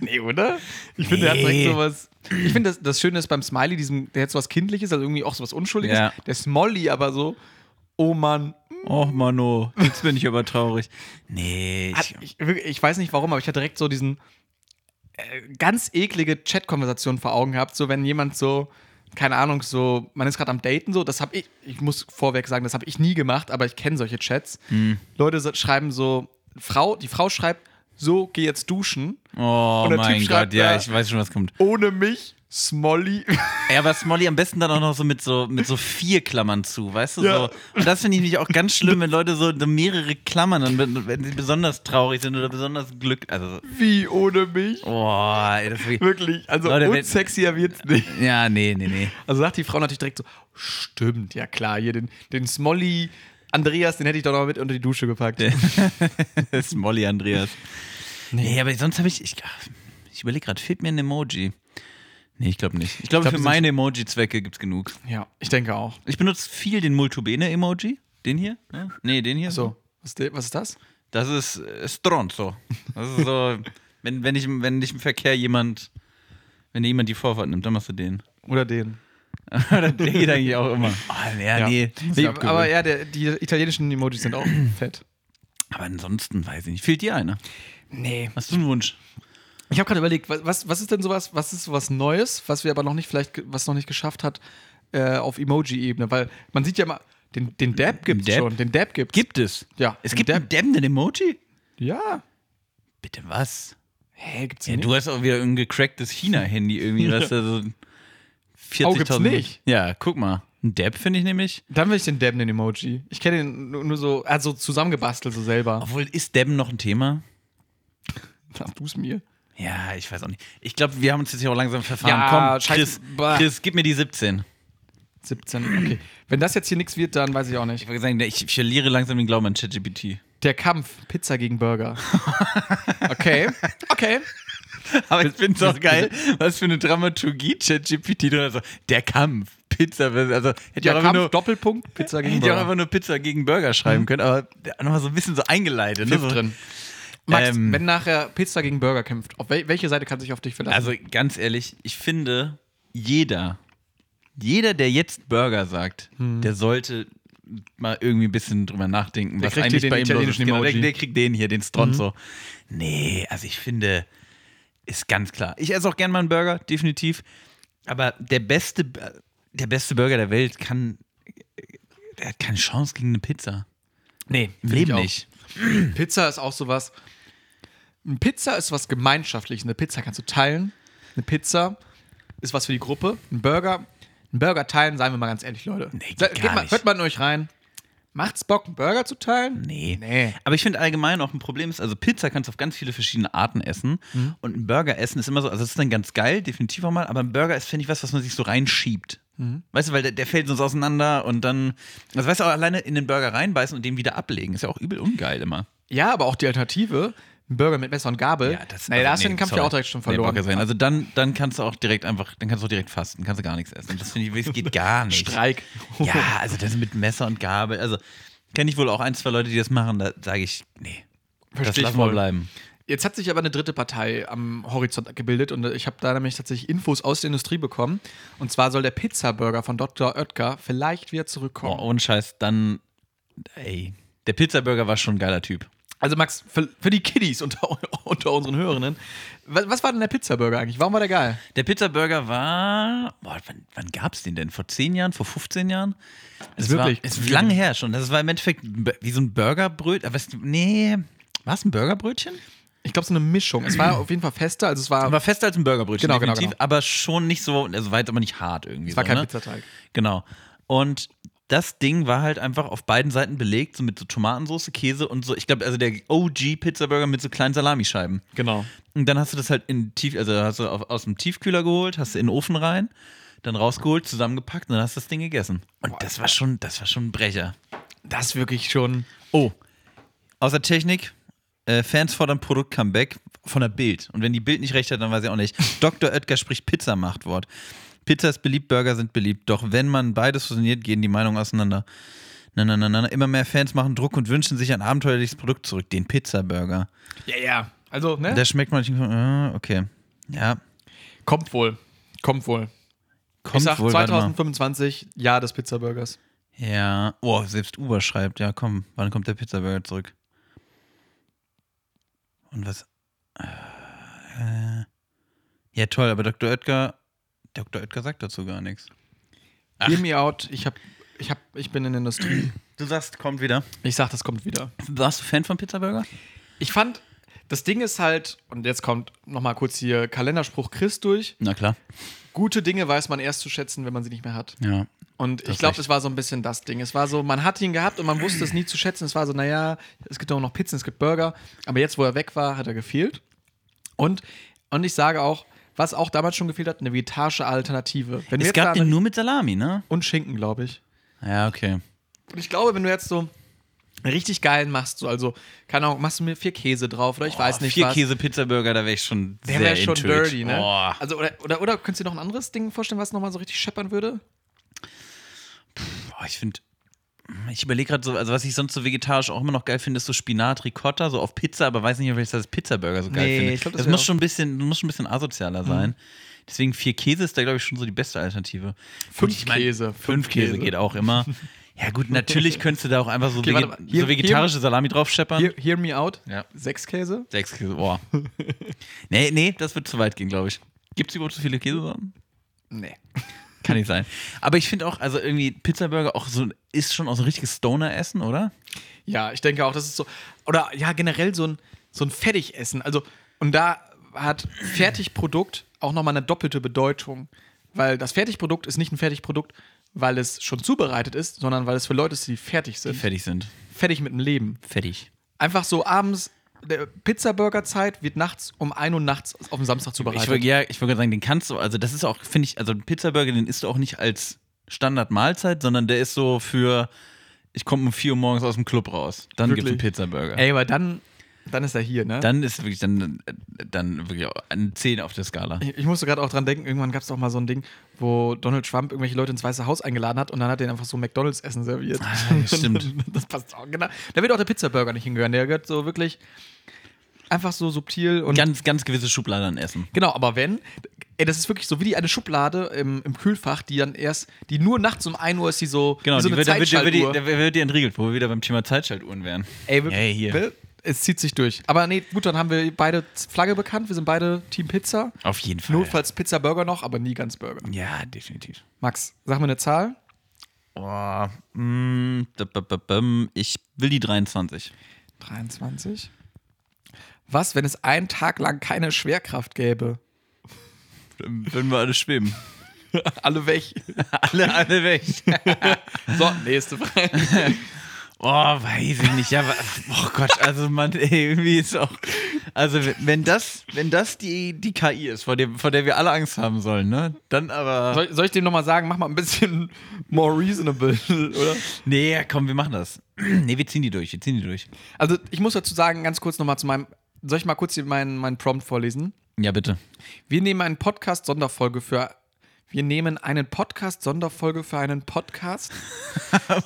nee, oder? Ich finde, der hat direkt
Nee.
sowas. Ich finde, das, das Schöne ist beim Smiley, diesem, der hat sowas Kindliches, also irgendwie auch sowas Unschuldiges.
Ja.
Der Smolly aber so, oh Mann.
Och, Mano, jetzt bin ich aber traurig. Nee,
Hat,
ich,
ich, wirklich- ich weiß nicht warum, aber ich hatte direkt so diesen äh, ganz eklige Chat-Konversation vor Augen gehabt, so wenn jemand so. Keine Ahnung, so, man ist gerade am Daten, so, das habe ich, ich muss vorweg sagen, das habe ich nie gemacht, aber ich kenne solche Chats. Leute so- schreiben so, Frau, die Frau schreibt, so, geh jetzt duschen,
oh
Und der Typ
mein
schreibt äh,
Gott, ja,
da-
ich weiß schon, was kommt.
ohne mich, Smolly.
Ja, aber Smolly am besten dann auch noch so mit so, mit so vier Klammern zu, weißt du?
Ja.
So. Und das finde ich nämlich auch ganz schlimm, wenn Leute so mehrere Klammern, dann, wenn wenn sie besonders traurig sind oder besonders glück. Also,
[laughs] Wie ohne mich?
oh, ey, das ist
Wirklich. Also
Leute, wenn-
unsexier wird's nicht.
Ja, nee, nee, nee.
Also sagt die Frau natürlich direkt so: Stimmt, ja klar, hier den, den Smolly Andreas, den hätte ich doch noch mit unter die Dusche gepackt.
[laughs] Das ist Molly Andreas. Nee, aber sonst habe ich. Ich, ich überlege gerade, fehlt mir ein Emoji? Nee, ich glaube nicht. Ich glaube,
glaub,
für
das
meine Emoji-Zwecke gibt es genug.
Ja, ich denke auch.
Ich benutze viel den Multubene-Emoji. Den hier? Ne? Nee, den hier.
So, was, ist de- was ist das?
Das ist äh, Stronzo. Das ist [laughs] so, wenn, wenn, ich, wenn dich im Verkehr jemand, wenn dir jemand die Vorfahrt nimmt, dann machst du [laughs] den.
Oder den?
Oder der geht eigentlich auch immer. Oh, ja, nee.
Ah, nee aber ja, der, die italienischen Emojis sind [clears throat] auch fett.
aber ansonsten weiß ich nicht. Fehlt dir einer?
Nee.
Hast du einen Wunsch?
Ich habe gerade überlegt, wa- was, was ist denn sowas, was ist sowas Neues, was wir aber noch nicht, vielleicht, ge- was noch nicht geschafft hat äh, auf Emoji-Ebene? Weil man sieht ja mal, den, den Dab gibt's
Dab?
schon, den Dab gibt's.
Gibt es?
Ja,
Es
ein
gibt
Dab.
einen dämmenden Emoji?
Ja.
Bitte was?
Hä, gibt's
Ja, du hast auch wieder ein gecracktes China-Handy [laughs] irgendwie. Das ist ja so 40.000.
Oh, gibt's nicht?
Ja, guck mal. Ein Depp finde ich nämlich.
Dann will ich den dämmen Emoji. Ich kenne den nur, nur so, also zusammengebastelt so selber.
Obwohl, ist Deppen noch ein Thema?
Sagst du es mir?
Ja, ich weiß auch nicht. Ich glaube, wir haben uns jetzt hier auch langsam verfahren.
Ja,
Komm,
scheiß-
Chris,
Bah.
Chris, gib mir die 17.
17, okay. Wenn das jetzt hier nichts wird, dann weiß ich auch
Ich
nicht.
würde sagen, ich verliere langsam den Glauben an ChatGPT.
Der Kampf, Pizza gegen Burger. Okay, okay.
[laughs] Aber ich finde es [laughs] auch geil, was für eine Dramaturgie ChatGPT drin hat. So, der Kampf, Pizza, versus- also hätte ich
Der
auch einfach
Kampf,
nur,
Doppelpunkt, Pizza gegen
hätte ich auch
Burger.
einfach nur Pizza gegen Burger schreiben können, aber nochmal so ein bisschen so eingeleitet. Ne?
Pfiff
So,
drin. Max,
Ähm.
wenn nachher Pizza gegen Burger kämpft, auf wel welche Seite kann sich auf dich verlassen?
Also ganz ehrlich, ich finde, jeder, jeder, der jetzt Burger sagt,
Hm.
der sollte mal irgendwie ein bisschen drüber nachdenken,
Der
was
kriegt
eigentlich
hier den
bei ihm los ist.
italienischen
Genau, der,
Emoji. Mhm.
der kriegt den hier, den Stronzo. Nee, also ich finde, ist ganz klar. Ich esse auch gern mal einen Burger, definitiv. Aber der beste, der beste Burger der Welt kann, der hat keine Chance gegen eine Pizza.
nee,
Im
finde ich
Leben
auch.
nicht. Also-
Pizza ist auch sowas. Eine Pizza ist was Gemeinschaftliches. Eine Pizza kannst du teilen. Eine Pizza ist was für die Gruppe. Ein Burger. Ein Burger teilen, seien wir mal ganz ehrlich, Leute.
Nee, geht
Sa- geht
gar
mal,
nicht.
Hört mal in euch rein. Macht's Bock, einen Burger zu teilen?
Nee.
Nee.
Aber ich finde allgemein auch ein Problem ist, also Pizza kannst du auf ganz viele verschiedene Arten essen. Und ein Burger essen ist immer so, also das ist dann ganz geil, definitiv auch mal, aber ein Burger ist, finde ich, was, was man sich so reinschiebt. Weißt du, weil der, der fällt sonst auseinander und dann, also weißt du, auch alleine in den Burger reinbeißen und den wieder ablegen, ist ja auch übel ungeil immer.
Ja, aber auch die Alternative, ein Burger mit Messer und Gabel. naja, da hast du den Kampf ja auch direkt schon verloren.
sein. Also dann, dann kannst du auch direkt einfach, dann kannst du auch direkt fasten, kannst du gar nichts essen. Das finde ich, das geht gar nicht.
Streik.
Ja, also das mit Messer und Gabel, also kenne ich wohl auch ein, zwei Leute, die das machen, da sage ich, nee, das
[laughs] Versteh ich
lassen wir
voll.
bleiben.
Jetzt hat sich aber eine dritte Partei am Horizont gebildet und ich habe da nämlich tatsächlich Infos aus der Industrie bekommen. Und zwar soll der Pizza-Burger von Dr. Oetker vielleicht wieder zurückkommen.
Boah, Oh, ohne Scheiß, dann, ey, der Pizzaburger war schon ein geiler Typ.
Also Max, für, für die Kiddies unter, [laughs] unter unseren Hörerinnen, was, was war denn der Pizzaburger eigentlich? Warum war der geil?
Der Pizzaburger war, boah, wann, wann gab's den denn? Vor 10 Jahren, vor 15 Jahren? Es
wirklich-
War, es ist lange her schon. Das war im Endeffekt wie so ein Burgerbrötchen. Aber es, nee, war es ein Burgerbrötchen?
Ich glaube, so eine Mischung. Es war auf jeden Fall fester, also es war,
War fester als ein Burgerbrötchen,
Genau, genau,
definitiv.
genau.
Aber schon nicht so, also war jetzt aber nicht hart irgendwie.
es war
so,
kein
ne?
Pizzateig.
Genau. Und das Ding war halt einfach auf beiden Seiten belegt, so mit so Tomatensauce, Käse und so. Ich glaube, also der OG-Pizzaburger mit so kleinen Salamischeiben.
Genau.
Und dann hast du das halt in Tief, also hast du auf, aus dem Tiefkühler geholt, hast du in den Ofen rein, dann rausgeholt, zusammengepackt und dann hast du das Ding gegessen. Und das war schon, das war schon ein Brecher.
Das wirklich schon.
Oh, außer Technik, äh, Fans fordern Produkt-Comeback von der Bild. Und wenn die Bild nicht recht hat, dann weiß ich auch nicht. Dr. Oetker spricht Pizza-Machtwort. Pizza ist beliebt, Burger sind beliebt. Doch wenn man beides fusioniert, gehen die Meinungen auseinander. Na, na, na, na, na. Immer mehr Fans machen Druck und wünschen sich ein abenteuerliches Produkt zurück, den Pizza-Burger.
Ja, ja. Also, ne?
Der schmeckt manchmal, äh, okay. Ja,
kommt wohl. Kommt wohl.
kommt
ich sag
wohl. warte mal.
2025, Jahr des Pizzaburgers.
Ja, oh, selbst Uber schreibt, ja komm, wann kommt der Pizza-Burger zurück? Und was? Äh, ja, toll, aber Dr. Oetker, Dr. Oetker sagt dazu gar nichts. Ach.
Hear me out. Ich, hab, ich, hab, ich bin in der Industrie.
Du sagst, kommt wieder.
Ich sag, das kommt wieder.
Warst du Fan von Pizza-Burger?
Ich fand, das Ding ist halt, und jetzt kommt nochmal kurz hier Kalenderspruch Chris durch.
Na klar.
Gute Dinge weiß man erst zu schätzen, wenn man sie nicht mehr hat.
Ja.
Und
Das
ich glaube,
recht.
es war so ein bisschen das Ding. Es war so, man hat ihn gehabt und man wusste es nie zu schätzen. Es war so, naja, es gibt auch noch Pizzen, es gibt Burger. Aber jetzt, wo er weg war, hat er gefehlt. Und, und ich sage auch, was auch damals schon gefehlt hat, eine vegetarische Alternative. Wenn du
Es
jetzt
gab
da-
den nur mit Salami, ne?
und Schinken, glaube ich.
Ja, okay.
Und ich glaube, wenn du jetzt so einen richtig geilen machst, so, also, keine Ahnung, machst du mir vier Käse drauf oder ich weiß nicht
Vier
was.
Käse-Pizza-Burger, da wäre ich schon
Der
sehr
wäre schon
enthüllt.
dirty, ne?
Oh.
Also, oder, oder, oder könntest du dir noch ein anderes Ding vorstellen, was nochmal so richtig scheppern würde?
Boah, ich finde. Ich überlege gerade so, also was ich sonst so vegetarisch auch immer noch geil finde, ist so Spinat, Ricotta, so auf Pizza, aber weiß nicht, ob ich das als Pizza-Burger so geil
Nee,
finde.
ich glaub, das
das
wär
muss
auch- Mhm.
schon ein bisschen, muss schon ein bisschen asozialer sein. Deswegen vier Käse ist da, glaube ich, schon so die beste Alternative.
Fünf
ich mein,
Käse,
Fünf,
fünf
Käse.
Käse.
geht auch immer. Ja,
[laughs]
gut, natürlich könntest du da auch einfach so,
Okay,
vege
warte mal. Hier-
so vegetarische Salami drauf scheppern.
Hear, hear me out.
Ähm. Ja.
Sechs Käse.
Sechs Käse,
[laughs]
boah. nee, nee, das wird zu weit gehen, glaube ich. Gibt es überhaupt so viele Käsesorten?
Nee. [laughs]
Kann nicht sein. Aber ich finde auch, also irgendwie Pizza-Burger auch so, ist schon auch so ein richtiges Stoner-Essen, oder?
Ja, ich denke auch, das ist so. Oder ja, generell so ein, so ein Fertigessen. Also, und da hat Fertigprodukt auch nochmal eine doppelte Bedeutung. Weil das Fertigprodukt ist nicht ein Fertigprodukt, weil es schon zubereitet ist, sondern weil es für Leute ist, die fertig
Die
sind.
fertig sind.
Fertig mit dem Leben.
Fertig.
Einfach so abends, der Pizza-Burger-Zeit wird nachts um 1 Uhr nachts auf dem Samstag
Ich
zubereitet.
würde ja, ich würde sagen, den kannst du, also das ist auch, finde ich, also ein Pizzaburger, den isst du auch nicht als Standardmahlzeit, sondern der ist so für, ich komme um 4 Uhr morgens aus dem Club raus. Dann gibt es einen
Wirklich?
Pizzaburger.
Ey, weil dann, dann ist er hier, ne?
Dann ist wirklich, dann, dann wirklich auch eine 10 auf der Skala.
Ich, ich musste gerade auch dran denken, irgendwann gab es doch mal so ein Ding, wo Donald Trump irgendwelche Leute ins Weiße Haus eingeladen hat und dann hat er einfach so McDonalds-Essen serviert.
Ah, ja, stimmt.
[laughs] das passt auch genau. Da wird auch der Pizzaburger nicht hingehören. Der gehört so wirklich einfach so subtil und.
Ganz, ganz gewisse Schubladen an essen.
Genau, aber wenn. Ey, das ist wirklich so wie die eine Schublade im, im Kühlfach, die dann erst, die nur nachts um 1 Uhr ist, die so,
Genau,
wie so
die wird, da wird, da wird, die-
Zeitschaltuhr.
da wird die entriegelt, wo wir wieder beim Thema Zeitschaltuhren wären.
Ey, wir,
Ey, hier.
wir- Es zieht sich durch. Aber nee, gut, dann haben wir beide Flagge bekannt. Wir sind beide Team Pizza.
Auf jeden Fall.
Notfalls Pizza Burger noch, aber nie ganz Burger.
Ja, definitiv.
Max, sag mir eine Zahl.
Oh, mm, da- ba- ba- bam. ich will die 23.
23. Was, wenn es einen Tag lang keine Schwerkraft gäbe?
Dann würden wir alle schwimmen.
Alle weg.
alle, alle weg.
So, nächste Frage.
Oh, weiß ich nicht. Ja, wa- oh Gott, also man, ey, irgendwie ist auch. Also w- wenn das, wenn das die, die KI ist, vor, dem, vor der wir alle Angst haben sollen, ne? Dann aber.
[laughs] Soll, soll ich dem nochmal sagen, mach mal ein bisschen more reasonable, oder?
Nee, ja, komm, wir machen das. [clears throat] Nee, wir ziehen die durch, wir ziehen die durch.
Also, ich muss dazu sagen, ganz kurz nochmal zu meinem. Soll ich mal kurz hier meinen, meinen Prompt vorlesen?
Ja, bitte.
Wir nehmen einen Podcast-Sonderfolge für. Wir nehmen einen Podcast-Sonderfolge für einen
[laughs]
Podcast.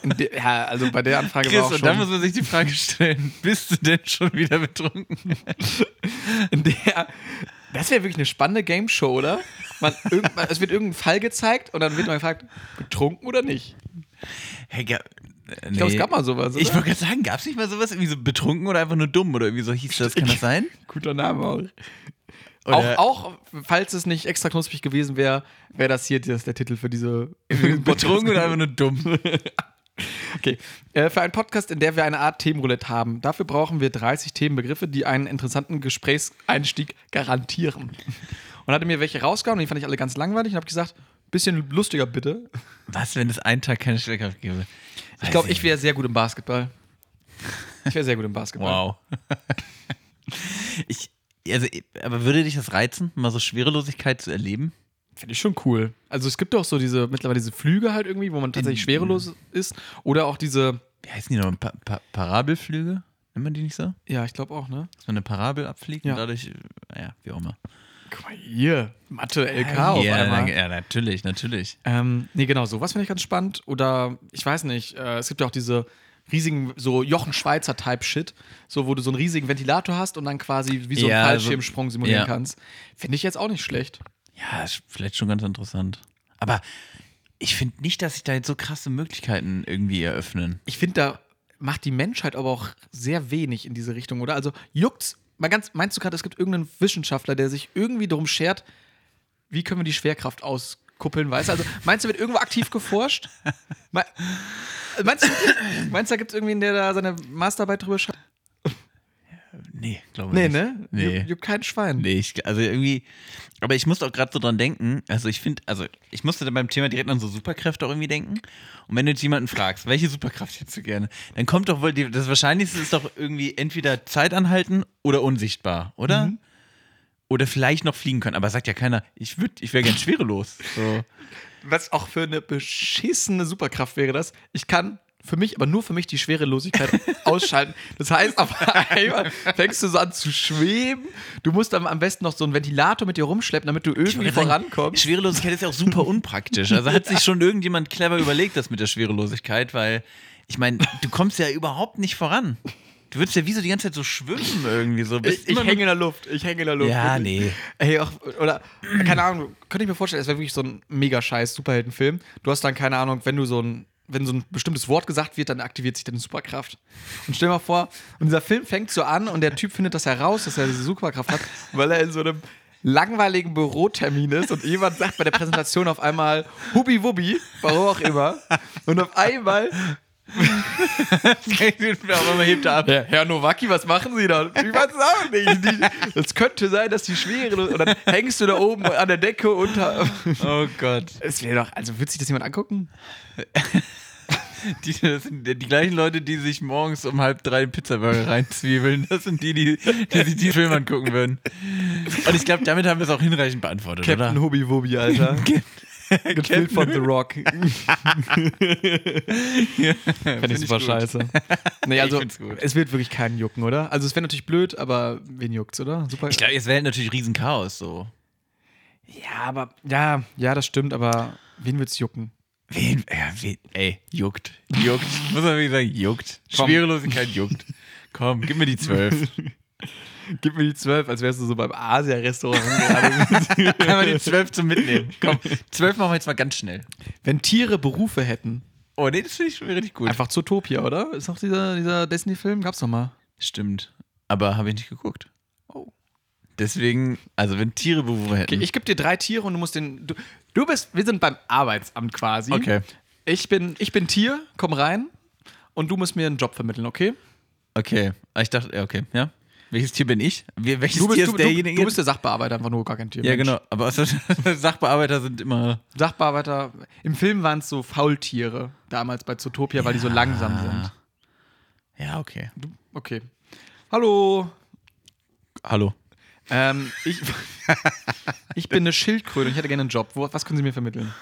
In der- ja, also bei der Anfrage war auch
Chris, und
schon.
dann muss man sich die Frage stellen, [laughs] bist du denn schon wieder
[laughs]
betrunken?
In der. Das wäre wirklich eine spannende Game Show, oder? Man, irgendwann- es wird irgendein Fall gezeigt und dann wird man gefragt, betrunken oder nicht?
Hey, ga,
Ich glaube, es gab mal sowas.
Ich
Oder?
wollte gerade sagen, gab es nicht mal sowas, irgendwie so betrunken oder einfach nur dumm oder irgendwie so hieß das, kann das sein?
Guter Name auch.
Oder-
Auch, auch falls es nicht extra knusprig gewesen wäre, wäre das hier das, der Titel für diese.
[laughs] betrunken oder einfach nur dumm?
Okay. Äh, für einen Podcast, in der wir eine Art Themenroulette haben. Dafür brauchen wir 30 Themenbegriffe, die einen interessanten Gesprächseinstieg garantieren. Und hatte mir welche rausgehauen und die fand ich alle ganz langweilig und habe gesagt, bisschen lustiger bitte.
Was, wenn es einen Tag keine Schwerkraft gäbe?
Ich glaube, ich wäre sehr gut im Basketball. Ich wäre sehr gut im Basketball.
Wow. [laughs] ich, also, aber würde dich das reizen, mal so Schwerelosigkeit zu erleben?
Finde ich schon cool. Also es gibt auch so diese, mittlerweile diese Flüge halt irgendwie, wo man tatsächlich schwerelos ist. Oder auch diese,
Wie heißen die nochmal? Pa pa Parabelflüge? Nennt man die nicht so?
ja, ich glaube auch, ne?
Dass man eine Parabel abfliegt
Ja.
und dadurch, äh, ja, wie auch immer.
Guck mal hier, Mathe, LK auf
ja,
einmal.
na- ja, natürlich, natürlich.
Ähm, nee, genau, sowas finde ich ganz spannend. Oder ich weiß nicht, äh, es gibt ja auch diese riesigen, so Jochen Schweizer-Type-Shit, so wo du so einen riesigen Ventilator hast und dann quasi wie so einen
Ja, also-
Fallschirmsprung simulieren
ja.
kannst. Finde ich jetzt auch nicht schlecht.
Ja, ist vielleicht schon ganz interessant. Aber ich finde nicht, dass sich da jetzt so krasse Möglichkeiten irgendwie eröffnen.
Ich finde, da macht die Menschheit aber auch sehr wenig in diese Richtung, oder? Also juckt's. Mal ganz, meinst du gerade, es gibt irgendeinen Wissenschaftler, der sich irgendwie darum schert, wie können wir die Schwerkraft auskuppeln, weißt du? Also meinst du, wird irgendwo
[laughs]
aktiv geforscht? Me- Meinst du, meinst du, da gibt es irgendwen, der da seine Masterarbeit drüber schreibt?
Nee, glaube
Nee,
nicht.
ne?
Nee.
Juckt, juckt kein Schwein.
Nee, ich, also irgendwie, aber ich musste auch gerade so dran denken, also ich finde, also ich musste dann beim Thema direkt an so Superkräfte auch irgendwie denken. Und wenn du jetzt jemanden fragst, welche Superkraft hättest du gerne, dann kommt doch wohl, die, das Wahrscheinlichste ist doch irgendwie entweder Zeit anhalten oder unsichtbar, oder? Oder vielleicht noch fliegen können, aber sagt ja keiner, ich würde, ich wäre gern schwerelos. So.
Was auch für eine beschissene Superkraft wäre das. Ich kann für mich, aber nur für mich, die [laughs] Schwerelosigkeit ausschalten. Das heißt, auf einmal fängst du so an zu schweben. Du musst dann am besten noch so einen Ventilator mit dir rumschleppen, damit du irgendwie vorankommst.
Schwerelosigkeit ist ja auch super unpraktisch. Also hat sich schon irgendjemand clever überlegt, das mit der Schwerelosigkeit, weil ich meine, du kommst ja überhaupt nicht voran. Du würdest ja wie so die ganze Zeit so schwimmen irgendwie so. Bist
Ich, ich
immer
hänge in der Luft. Ich hänge in der
nur-
Luft.
Ja,
wirklich.
nee.
Ey, auch, oder, keine Ahnung, könnte ich mir vorstellen, es wäre wirklich so ein mega scheiß Superheldenfilm. Du hast dann, keine Ahnung, wenn du so ein, wenn so ein bestimmtes Wort gesagt wird, dann aktiviert sich deine Superkraft. Und stell dir mal vor, und dieser Film fängt so an und der Typ findet das heraus, dass er diese Superkraft hat, weil er in so einem langweiligen Bürotermin ist und jemand sagt bei der Präsentation auf einmal Hubi Wubi, warum auch immer. Und
[laughs]
auf einmal
Aber man hebt ab.
Herr, Herr Nowacki, was machen Sie da? Ich weiß es auch nicht. Die, es könnte sein, dass die Schwere. Und dann hängst du da oben an der Decke unter.
Oh Gott.
Es wäre doch. Also, wird sich das jemand angucken?
Die, das sind die gleichen Leute, die sich morgens um halb drei einen Pizzaburger reinzwiebeln. Das sind die, die, die sich die Filme angucken würden. Und ich glaube, damit haben wir es auch hinreichend beantwortet, oder?
Hobby Wobi, [laughs] Alter. Gespielt von The [laughs] Rock. Fände ich
ich
super
gut.
[laughs] scheiße. Nee, also,
find's gut.
es wird wirklich keinen jucken, oder? Also, es wäre natürlich blöd, aber wen juckt's, oder? Super.
Ich glaube, jetzt wäre natürlich Riesenchaos so.
ja, aber. Ja, ja, das stimmt, aber wen wird's jucken?
Wen, ja, wen, ey, juckt. Juckt. Muss man wirklich sagen, juckt.
Komm.
Schwerelosigkeit juckt. Komm, gib mir die zwölf.
[laughs] Gib mir die 12, als wärst du so beim [laughs] Asia-Restaurant gerade.
Einmal die zwölf zum Mitnehmen.
[laughs]
Komm, zwölf machen wir jetzt mal ganz schnell.
Wenn Tiere Berufe hätten.
Oh, nee, das finde ich schon richtig gut.
Einfach Zootopia, oder? Ist noch dieser, dieser Disney-Film? Gab's noch mal.
Stimmt. Aber habe ich nicht geguckt. Oh. Deswegen, also wenn Tiere Berufe hätten.
Okay, ich gebe dir drei Tiere und du musst den. Du, du bist. Wir sind beim Arbeitsamt quasi.
okay.
Ich bin, ich bin Tier, komm rein und du musst mir einen Job vermitteln, okay?
Okay. Ah, Ich dachte, ja, okay, ja. Welches Tier bin ich? Wir- Welches
Du bist,
Tier
du,
ist
du,
derjenige?
du bist der Sachbearbeiter, einfach nur gar kein Tier.
ja,
Mensch.
genau. Aber [laughs] also, Sachbearbeiter sind immer.
Sachbearbeiter. Im Film waren es so Faultiere damals bei Zootopia, weil die so langsam sind.
Ja, okay.
Okay. Hallo.
Hallo.
Ähm, [laughs] ich, ich bin eine Schildkröte und ich hätte gerne einen Job. Wo, was können Sie mir vermitteln?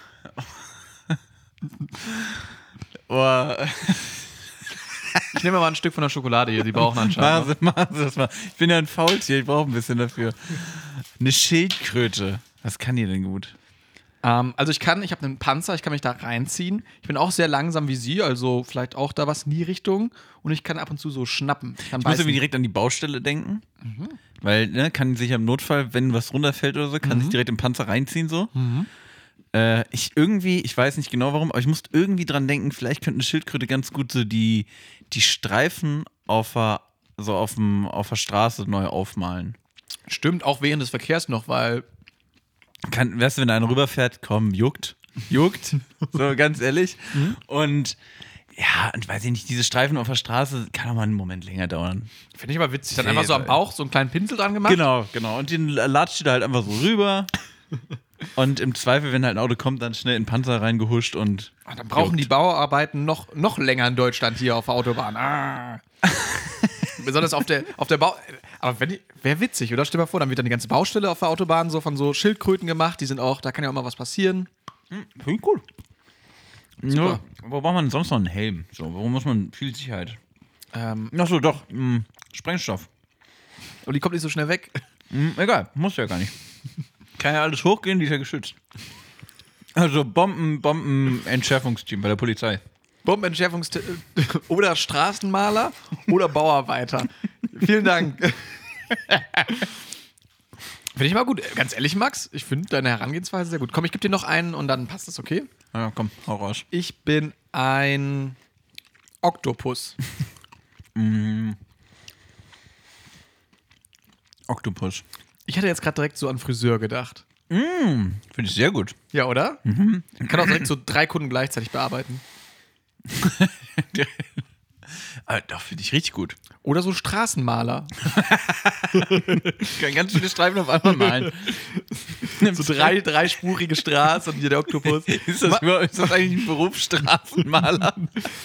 Oh,
Ich nehme mal ein Stück von der Schokolade hier. Sie brauchen
Machen
anscheinend.
Sie, machen Sie das mal. Ich bin ja ein Faultier, ich brauche ein bisschen dafür. Eine Schildkröte. Was kann die denn gut?
Ähm, also ich kann, ich habe einen Panzer, ich kann mich da reinziehen. Ich bin auch sehr langsam wie sie, also vielleicht auch da was in die Richtung. Und ich kann ab und zu so schnappen. Ich kann
Ich muss
beißen.
irgendwie direkt an die Baustelle denken. Weil, ne, kann sich im Notfall, wenn was runterfällt oder so, kann sich direkt im Panzer reinziehen so. Äh, ich irgendwie, ich weiß nicht genau warum, aber ich muss irgendwie dran denken, vielleicht könnte eine Schildkröte ganz gut so die, die Streifen auf der, so auf, dem, auf der Straße neu aufmalen.
Stimmt, auch während des Verkehrs noch, weil
kann, weißt du, wenn einer rüberfährt, komm, juckt, juckt, Mhm. so ganz ehrlich. Und ja, und weiß ich nicht, diese Streifen auf der Straße kann auch mal einen Moment länger dauern.
finde ich aber witzig. Dann einfach so am Bauch so einen kleinen Pinsel dran gemacht.
Genau, genau. Und den latscht du da halt einfach so rüber. und im Zweifel, wenn halt ein Auto kommt, dann schnell in den Panzer reingehuscht und.
Ah, Dann brauchen die Bauarbeiten noch, noch länger in Deutschland hier auf der Autobahn. [laughs] Ah. Besonders auf der, auf der Bau. Aber wenn wäre witzig, oder? Stell dir mal vor, dann wird dann die ganze Baustelle auf der Autobahn so von so Schildkröten gemacht. Die sind auch, da kann ja auch mal was passieren.
Finde ich cool. Ja, wo braucht man denn sonst noch einen Helm? So, warum muss man viel Sicherheit?
Ähm,
Ach so, doch, mh, Sprengstoff.
und die kommt nicht so schnell weg.
Mh, egal, muss ja gar nicht. Kann ja alles hochgehen, die ist ja geschützt. Also Bomben, Bomben, Entschärfungsteam bei der Polizei.
Bombenentschärfungs- [laughs] oder Straßenmaler oder Bauarbeiter. Vielen Dank. [laughs] Finde ich mal gut. Ganz ehrlich, Max, ich finde deine Herangehensweise sehr gut. Komm, ich gebe dir noch einen und dann passt das, okay?
Ja, komm, hau raus.
Ich bin ein Oktopus.
Oktopus.
Ich hatte jetzt gerade direkt so an Friseur gedacht.
Finde ich sehr gut.
Ja, oder? Kann auch direkt so drei Kunden gleichzeitig bearbeiten.
Ah, Doch, finde ich richtig gut.
Oder so Straßenmaler.
Ich kann ganz viele Streifen auf einmal [laughs] malen.
So drei, dreispurige Straße und hier der Oktopus. [laughs]
Ist das, über- ist das eigentlich ein Beruf, Straßenmaler?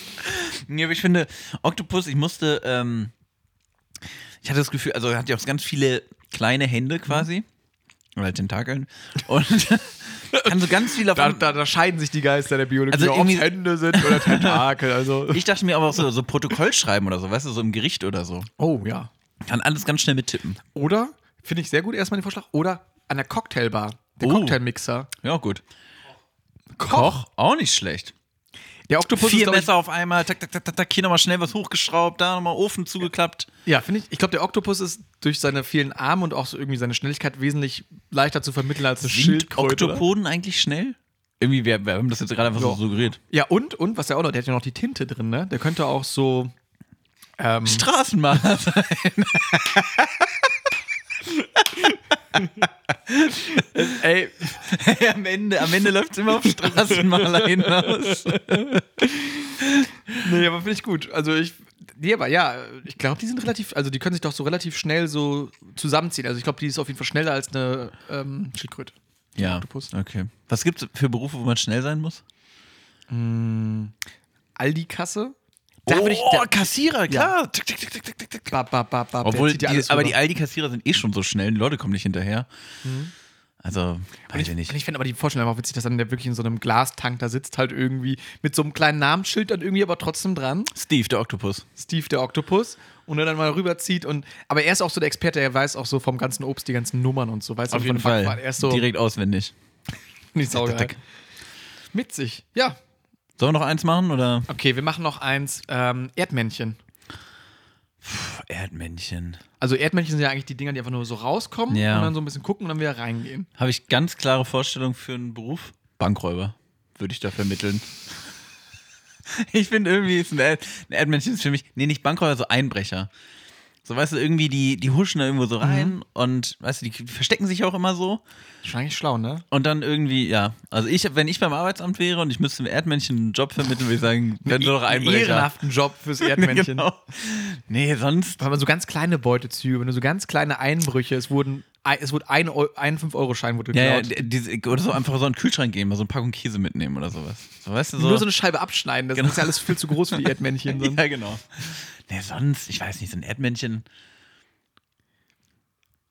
[laughs] nee, aber ich finde, Oktopus, ich musste, ähm, ich hatte das Gefühl, also er hat ja auch ganz viele kleine Hände quasi. Oder halt Tentakeln. Und kann so ganz viel auf
Da, da, da scheiden sich die Geister der Biologie,
Also
ob
irgendwie-
es Hände sind oder Tentakel. Also.
[laughs] Ich dachte mir aber auch so, so Protokoll schreiben oder so, weißt du, so im Gericht oder so.
Oh ja.
Kann alles ganz schnell mittippen.
Oder, finde ich sehr gut erstmal den Vorschlag, oder an der Cocktailbar. Der
Oh.
Cocktailmixer.
Ja, gut.
Koch.
Auch nicht schlecht.
Der Oktopus ist,
Vier
glaub ich-
Messer auf einmal, tak, tak, tak, tak, tak, hier nochmal schnell was hochgeschraubt, da nochmal Ofen zugeklappt.
Ja, finde ich. Ich glaube, der Oktopus ist durch seine vielen Arme und auch so irgendwie seine Schnelligkeit wesentlich leichter zu vermitteln als eine
Sinkt
Schildkröte. oder?
Oktopoden eigentlich schnell? Irgendwie, wir, wir haben das jetzt gerade einfach so
Ja.
suggeriert.
Ja, und, und, was der auch noch, der hat ja noch die Tinte drin, ne? Der könnte auch so.
Mhm.
Ähm,
Straßenmaler.
ey,
[laughs] am Ende, am Ende läuft es immer auf [laughs] Straßenmaler genau. hinaus.
nee, aber finde ich gut. Also ich. Nee, aber ja, ich glaube, die sind relativ, also die können sich doch so relativ schnell so zusammenziehen. Also ich glaube, die ist auf jeden Fall schneller als eine ähm, Schildkröte.
Ja,
Oktopus.
okay. Was gibt es für Berufe, wo man schnell sein muss?
Aldi-Kasse.
Oh, Kassierer,
klar.
Tick, tick, tick, tick, tick, tick, tick.
Ba, ba, ba, ba,
Obwohl,
der zieht
die,
ja alles
aber
rüber.
die Aldi-Kassierer sind eh schon so schnell, die Leute kommen nicht hinterher. Also,
Und
weiß ich,
ich,
nicht.
und ich finde aber die Vorstellung einfach witzig, dass dann der wirklich in so einem Glastank da sitzt, halt irgendwie mit so einem kleinen Namensschild dann irgendwie aber trotzdem dran.
Steve, der Oktopus.
Steve der Oktopus. Und er dann mal rüberzieht und. Aber er ist auch so der Experte, er weiß auch so vom ganzen Obst die ganzen Nummern und so, weiß
Auf jeden Fall.
Er ist so
Direkt auswendig.
nicht saugeil.
Tack, tack.
Witzig. Ja.
Sollen wir noch eins machen oder?
Okay, wir machen noch eins. Ähm, Erdmännchen.
Pff, Erdmännchen.
Also Erdmännchen sind ja eigentlich die Dinger, die einfach nur so rauskommen
Ja.
und dann so ein bisschen gucken und dann wieder reingehen.
Habe ich ganz klare Vorstellung für einen Beruf? Bankräuber. Würde ich da vermitteln. [laughs] Ich finde irgendwie, ist ein, Ad, ein Admännchen ist für mich, nee, nicht Bankräuber, so Einbrecher. So, weißt du, irgendwie, die, die huschen da irgendwo so rein und, weißt du, die verstecken sich auch immer so.
Schon eigentlich schlau, ne?
Und dann irgendwie, ja. Also, ich, wenn ich beim Arbeitsamt wäre und ich müsste einem Erdmännchen einen Job vermitteln, würde ich sagen, dann doch
Einen
Einbrecher.
ehrenhaften Job fürs
[laughs]
Erdmännchen.
Genau. Nee, sonst.
Weil man so ganz kleine Beutezüge, wenn du so ganz kleine Einbrüche, es wurden, es wurde ein, Eu- ein 5-Euro-Schein wurde
Ja, ja,
geklaut.
d- diese, oder so einfach so in den Kühlschrank gehen, mal so eine Packung Käse mitnehmen oder sowas. So, weißt du, so. Genau.
Nur so eine Scheibe abschneiden, das ist ja alles viel zu
[laughs]
groß für die Erdmännchen. Sonst.
Ja, genau. Nee, sonst, ich weiß nicht, so ein Erdmännchen.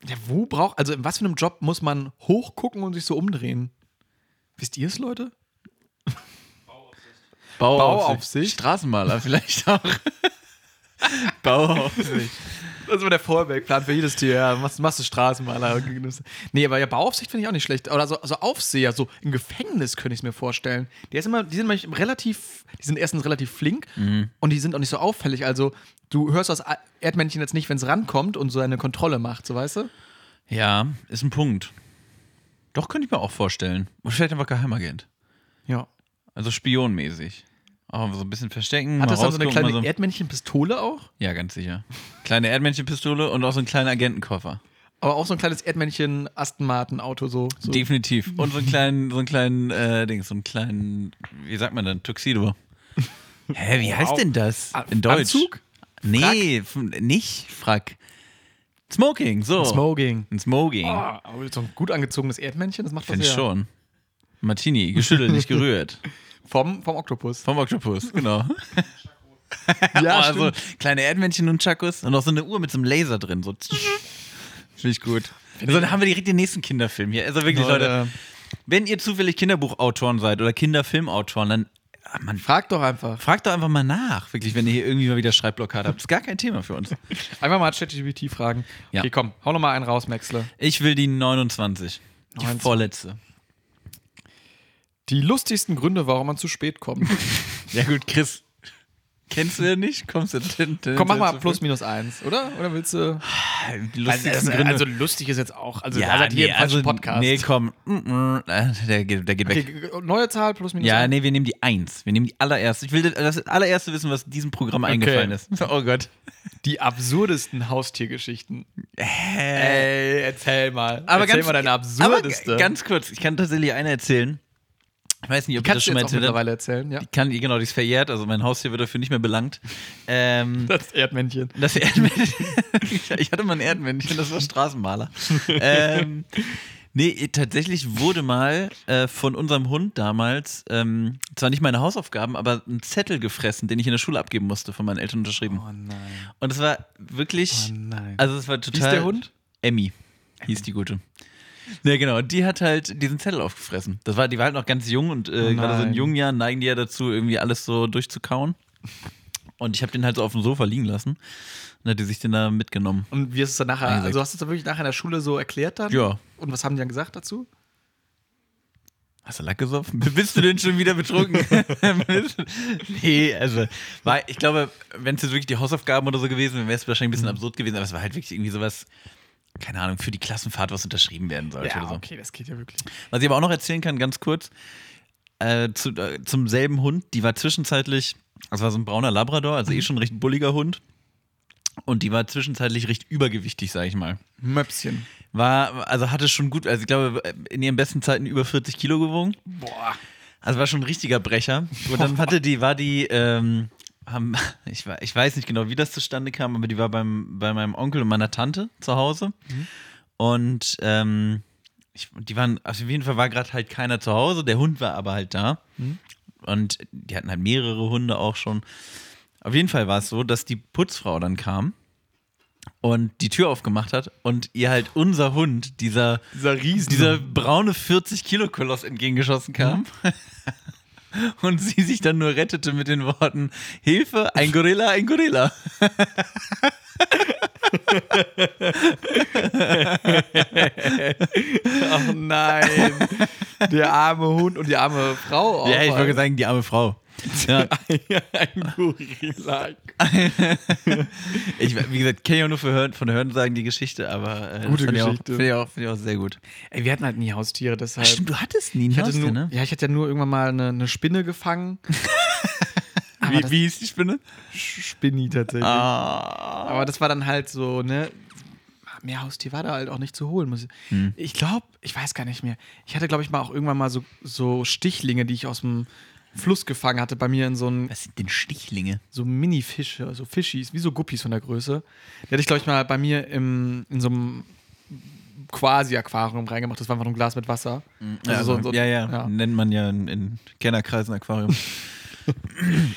Ja, wo braucht, also in was für einem Job muss man hochgucken und sich so umdrehen? Wisst ihr es, Leute? Bauaufsicht? [laughs]
Straßenmaler vielleicht auch. Bauaufsicht.
Das ist immer der Vorwegplan für jedes Tier. Ja, machst, machst du Straßenmaler. Nee, aber ja, Bauaufsicht finde ich auch nicht schlecht. Oder so also Aufseher, so im Gefängnis könnte ich es mir vorstellen. Die, ist immer, die sind manchmal relativ, die sind erstens relativ flink
Mhm.
und die sind auch nicht so auffällig. Also du hörst das Erdmännchen jetzt nicht, wenn es rankommt und so eine Kontrolle macht, so weißt du?
Ja, ist ein Punkt. Doch, könnte ich mir auch vorstellen. Oder vielleicht einfach Geheimagent.
Ja.
Also spionmäßig. Aber so ein bisschen verstecken.
Hat
mal
das dann so eine
rausgucken,
kleine
mal so-
Erdmännchenpistole auch?
Ja, ganz sicher. Kleine Erdmännchenpistole und auch so ein kleiner Agentenkoffer.
Aber auch so ein kleines Erdmännchen-Aston Martin-Auto so. so.
Definitiv. Und so einen kleinen, so einen kleinen, äh, Ding, so einen kleinen, wie sagt man dann,
[laughs]
Tuxedo. Hä, wie heißt denn das?
An-
In Deutsch?
Anzug?
Nee, f- nicht Frack. Smoking, so.
Smoking.
Ein Smoking.
Oh, aber so ein gut angezogenes Erdmännchen, das macht das
Finde ich
ja.
schon. Martini, geschüttelt, nicht
[laughs]
gerührt.
Vom, vom Oktopus.
Vom Oktopus, genau.
[laughs] Ja,
also kleine Erdmännchen und Chakos und auch so eine Uhr mit so einem Laser drin. So.
Mhm.
Finde ich gut. So, dann haben wir direkt den nächsten Kinderfilm hier. Also wirklich, Leute, wenn ihr zufällig Kinderbuchautoren seid oder Kinderfilmautoren, dann ah, man,
Frag doch einfach.
fragt doch einfach mal nach, wirklich, wenn ihr hier irgendwie mal wieder Schreibblockade habt. ist gar kein Thema für uns.
Einfach mal ChatGPT fragen.
Ja.
Okay, komm, hau nochmal einen raus, Maxle.
Ich will die 29. Die vorletzte.
Die lustigsten Gründe, warum man zu spät [laughs] kommt.
Ja, gut, Chris. Kennst du ja nicht? Kommst du denn?
Komm, mach mal plus minus eins, oder? Oder willst du.
Lustig
also, also, also lustig ist jetzt auch. Also, ihr seid hier im falschen Podcast.
Nee, komm. Mm, mm, äh, Der geht, der geht weg.
Okay, neue Zahl plus minus
Ja,
eins.
nee, wir nehmen die Eins. Wir nehmen die allererste. Ich will das allererste wissen, was diesem Programm eingefallen ist.
[laughs]
Oh Gott.
Die absurdesten Haustiergeschichten. Ey, Äh, erzähl mal. Aber erzähl
Äh, ganz-
mal deine absurdeste.
Aber g- ganz kurz, ich kann tatsächlich eine erzählen. Ich weiß nicht, ob ich das
Kannst du
schon mal
jetzt auch
erzählt habe.
mittlerweile erzählen, ja?
Kann, genau, die ist verjährt, also mein Haustier wird dafür nicht mehr belangt. Ähm,
[laughs] Das Erdmännchen.
das Erdmännchen. ich [laughs] ich hatte mal ein Erdmännchen, das war Straßenmaler. ähm, nee, tatsächlich wurde mal äh, von unserem Hund damals, ähm, zwar nicht meine Hausaufgaben, aber ein Zettel gefressen, den ich in der Schule abgeben musste, von meinen Eltern unterschrieben.
Oh nein.
Und es war wirklich,
Oh nein.
also es war total.
Wie ist der Hund?
Emmy hieß die gute. Ja, genau. Und die hat halt diesen Zettel aufgefressen. Das war, die war halt noch ganz jung und äh,
Oh
gerade so in
nein.
jungen Jahren neigen die ja dazu, irgendwie alles so durchzukauen. Und ich habe den halt so auf dem Sofa liegen lassen. Und hat die sich den da mitgenommen.
Und wie ist es dann nachher?
Eingesackt.
Also hast du es dann wirklich nachher in der Schule so erklärt dann?
Ja.
Und was haben die dann gesagt dazu?
Hast du Lack gesoffen? [laughs] Bist du denn schon wieder betrunken? [laughs] Bist du- nee, also, war, ich glaube, wenn es jetzt wirklich die Hausaufgaben oder so gewesen wäre, wäre es wahrscheinlich ein
Mhm.
bisschen absurd gewesen, aber es war halt wirklich irgendwie sowas, keine Ahnung, für die Klassenfahrt, was unterschrieben werden sollte oder so.
okay, das geht ja wirklich.
Was ich aber auch noch erzählen kann, ganz kurz, äh, zu, äh, zum selben Hund, die war zwischenzeitlich, das war so ein brauner Labrador, also eh schon ein recht bulliger Hund. Und die war zwischenzeitlich recht übergewichtig, sag ich mal.
Möpschen.
War, also hatte schon gut, also ich glaube, in ihren besten Zeiten über 40 Kilo gewogen.
Boah.
Also war schon ein richtiger Brecher. Und dann hatte die, war die, ähm, haben, [laughs] ich, we- ich weiß nicht genau, wie das zustande kam, aber die war beim, bei meinem Onkel und meiner Tante zu Hause. Und ähm, ich, die waren, also auf jeden Fall war gerade halt keiner zu Hause, der Hund war aber halt da. Und die hatten halt mehrere Hunde auch schon. Auf jeden Fall war es so, dass die Putzfrau dann kam und die Tür aufgemacht hat und ihr halt unser Hund, dieser
Dieser Riesen. [laughs]
dieser braune 40-Kilo-Koloss entgegengeschossen kam. [laughs] Und sie sich dann nur rettete mit den Worten: Hilfe, ein Gorilla, ein Gorilla.
Ach Oh nein. der arme Hund und die arme Frau. Auch
ja, ich würde sagen, die arme Frau. [laughs] Ja,
Ein Gorilla.
ich, wie gesagt, kenne ich auch nur für Hören, von Hören sagen die Geschichte, aber äh, das
Gute
fand ich auch-
Geschichte.
Finde ich, auch- finde ich auch sehr gut.
Ey, wir hatten halt nie Haustiere, deshalb.
du hattest nie ne?
Ich hatte nur, Ja, ich hatte ja nur irgendwann mal eine, eine Spinne
[laughs]
gefangen. Aber
Wie,
das-
wie hieß die Spinne?
Spinni tatsächlich.
Ah.
Aber das war dann halt so, ne? Mehr Haustier war da halt auch nicht zu holen. Muss ich
Hm.
ich glaube, ich weiß gar nicht mehr. Ich hatte, glaube ich, mal auch irgendwann mal so, so Stichlinge, die ich aus dem Fluss gefangen hatte, bei mir in so einen
Was sind denn Stichlinge?
so Mini-Fische, so Fischis, wie so Guppies von der Größe. Die hatte ich, glaube ich, mal bei mir im, in so einem Quasi-Aquarium reingemacht. Das war einfach nur ein Glas mit Wasser.
Also,
so- so-
ja, ja,
ja.
nennt man ja in, in Kennerkreisen [laughs] Aquarium.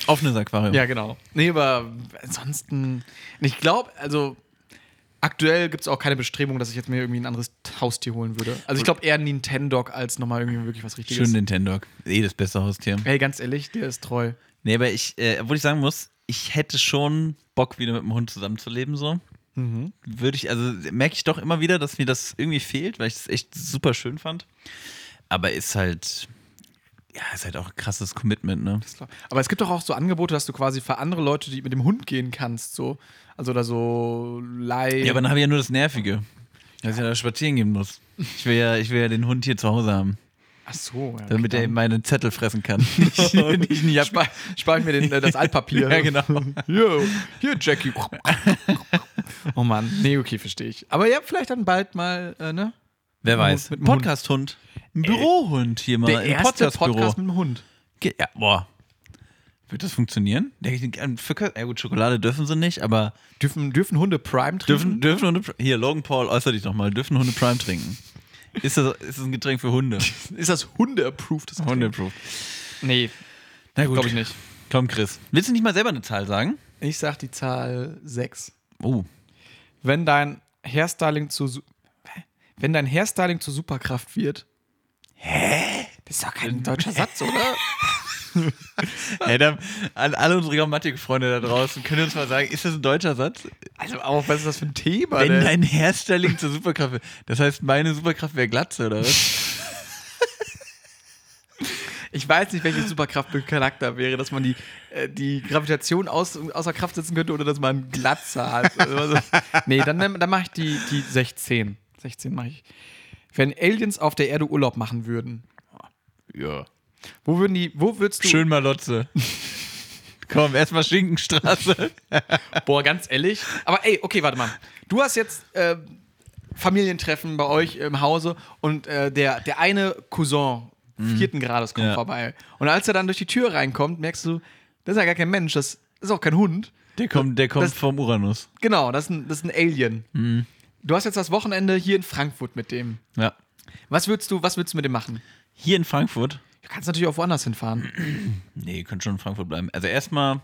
Offenes Aquarium.
Ja, genau. Nee, aber ansonsten. Ich glaube, also aktuell gibt es auch keine Bestrebung, dass ich jetzt mir irgendwie ein anderes Haustier holen würde. Also ich glaube eher Nintendo als nochmal irgendwie wirklich was
Schön
Richtiges.
Nintendo. Eh das beste Haustier.
Ey, ganz ehrlich, der ist treu.
Nee, aber ich, äh, obwohl ich sagen muss, ich hätte schon Bock, wieder mit dem Hund zusammenzuleben, so.
Mhm.
Würde ich, also merke ich doch immer wieder, dass mir das irgendwie fehlt, weil ich es echt super schön fand. Aber ist halt, ja, ist halt auch ein krasses Commitment, ne?
Das glaub- Aber es gibt doch auch so Angebote, dass du quasi für andere Leute, die mit dem Hund gehen kannst, so. Also oder so Leih.
Ja, aber dann habe ich ja nur das Nervige, dass ich da spazieren gehen muss. Ich will ja, ich will ja den Hund hier zu Hause haben,
Ach so, ja.
damit
klar.
er eben meine Zettel fressen
[laughs]
kann. die ich- die ich [laughs] nicht
Spa-
ab
Spar ich mir den, äh, das Altpapier.
[laughs] Ja,
[laughs]
genau.
Hier, hier, Jackie. [laughs] oh Mann. Nee, okay, verstehe ich. Aber ja, vielleicht dann bald mal, äh, ne?
Wer weiß.
Mit dem Hund. Äh,
Podcast-Hund. Ein Bürohund hier mal.
Der
im
erste
Podcastbüro.
Podcast mit dem Hund.
Ge- Ja, boah. Wird das funktionieren? Der- äh, für Kö- Ja gut, Schokolade dürfen sie nicht, aber
Dürfen, dürfen Hunde Prime trinken?
dürfen, dürfen Hunde, hier, Logan Paul, äußer dich nochmal, dürfen Hunde Prime trinken? Ist das, ist das ein Getränk für Hunde?
Ist das Hunde-approved? das Getränk?
[laughs] Hundeproof.
Nee,
Na
glaube ich nicht.
Komm, Chris. Willst du nicht mal selber eine Zahl sagen?
Ich sag die Zahl 6.
[laughs] Oh.
Wenn dein Hairstyling zu. Su- Wenn dein Äh, [laughs] Hairstyling zu Superkraft wird. Hä? Das ist doch kein deutscher Satz, oder?
Hey, da, an alle unsere Grammatikfreunde da draußen können uns mal sagen, ist das ein deutscher Satz?
Also auch, was ist das für ein Thema?
Wenn
denn?
dein Hairstyling zur Superkraft wird. Das heißt, meine Superkraft wäre Glatze, oder was?
Ich weiß nicht, welche Superkraft mit Charakter wäre, dass man die, äh, die Gravitation aus, außer Kraft setzen könnte oder dass man einen Glatzer [laughs] hat. Also, nee, dann, dann mache ich die, die 16. 16 mache ich. Wenn Aliens auf der Erde Urlaub machen würden,
Ja.
wo würden die, wo würdest du.
Schön [laughs] Malotze. Komm, erstmal Schinkenstraße.
Boah, ganz ehrlich. Aber ey, okay, warte mal. Du hast jetzt äh, Familientreffen bei euch im Hause und äh, der, der eine Cousin vierten Grades kommt
Ja.
vorbei. Und als er dann durch die Tür reinkommt, merkst du, das ist ja gar kein Mensch, das ist auch kein Hund.
Der kommt, der kommt
Das-
vom Uranus.
Genau, das ist ein, das ist ein Alien.
Mhm.
Du hast jetzt das Wochenende hier in Frankfurt mit dem.
Ja.
Was würdest du, was würdest du mit dem machen?
Hier in Frankfurt.
Du kannst natürlich auch woanders hinfahren.
Nee, könnt schon in Frankfurt bleiben. Also
[laughs]
erstmal,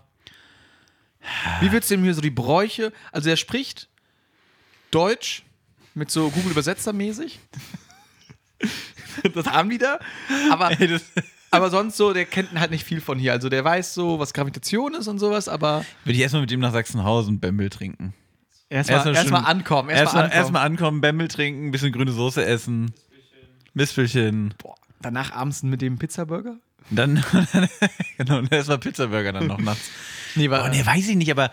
Wie würdest du ihm hier so die Bräuche? Also er spricht Deutsch mit so Google Übersetzer mäßig. Das haben die da. Aber,
Ey, das-
aber sonst so, der kennt halt nicht viel von hier. Also der weiß so, was Gravitation ist und sowas, aber
würde ich erstmal mit ihm nach Sachsenhausen Bämbel trinken.
erstmal erst mal
schön-
ankommen. Erstmal
Erstmal
ankommen.
erstmal ankommen, Bämbel trinken, ein bisschen grüne Soße essen. Mispelchen.
Boah, danach abends mit dem Pizzaburger?
Dann, [laughs] genau, und erstmal Pizzaburger dann noch nachts.
Nee,
Oh, nee, weiß ich nicht, aber.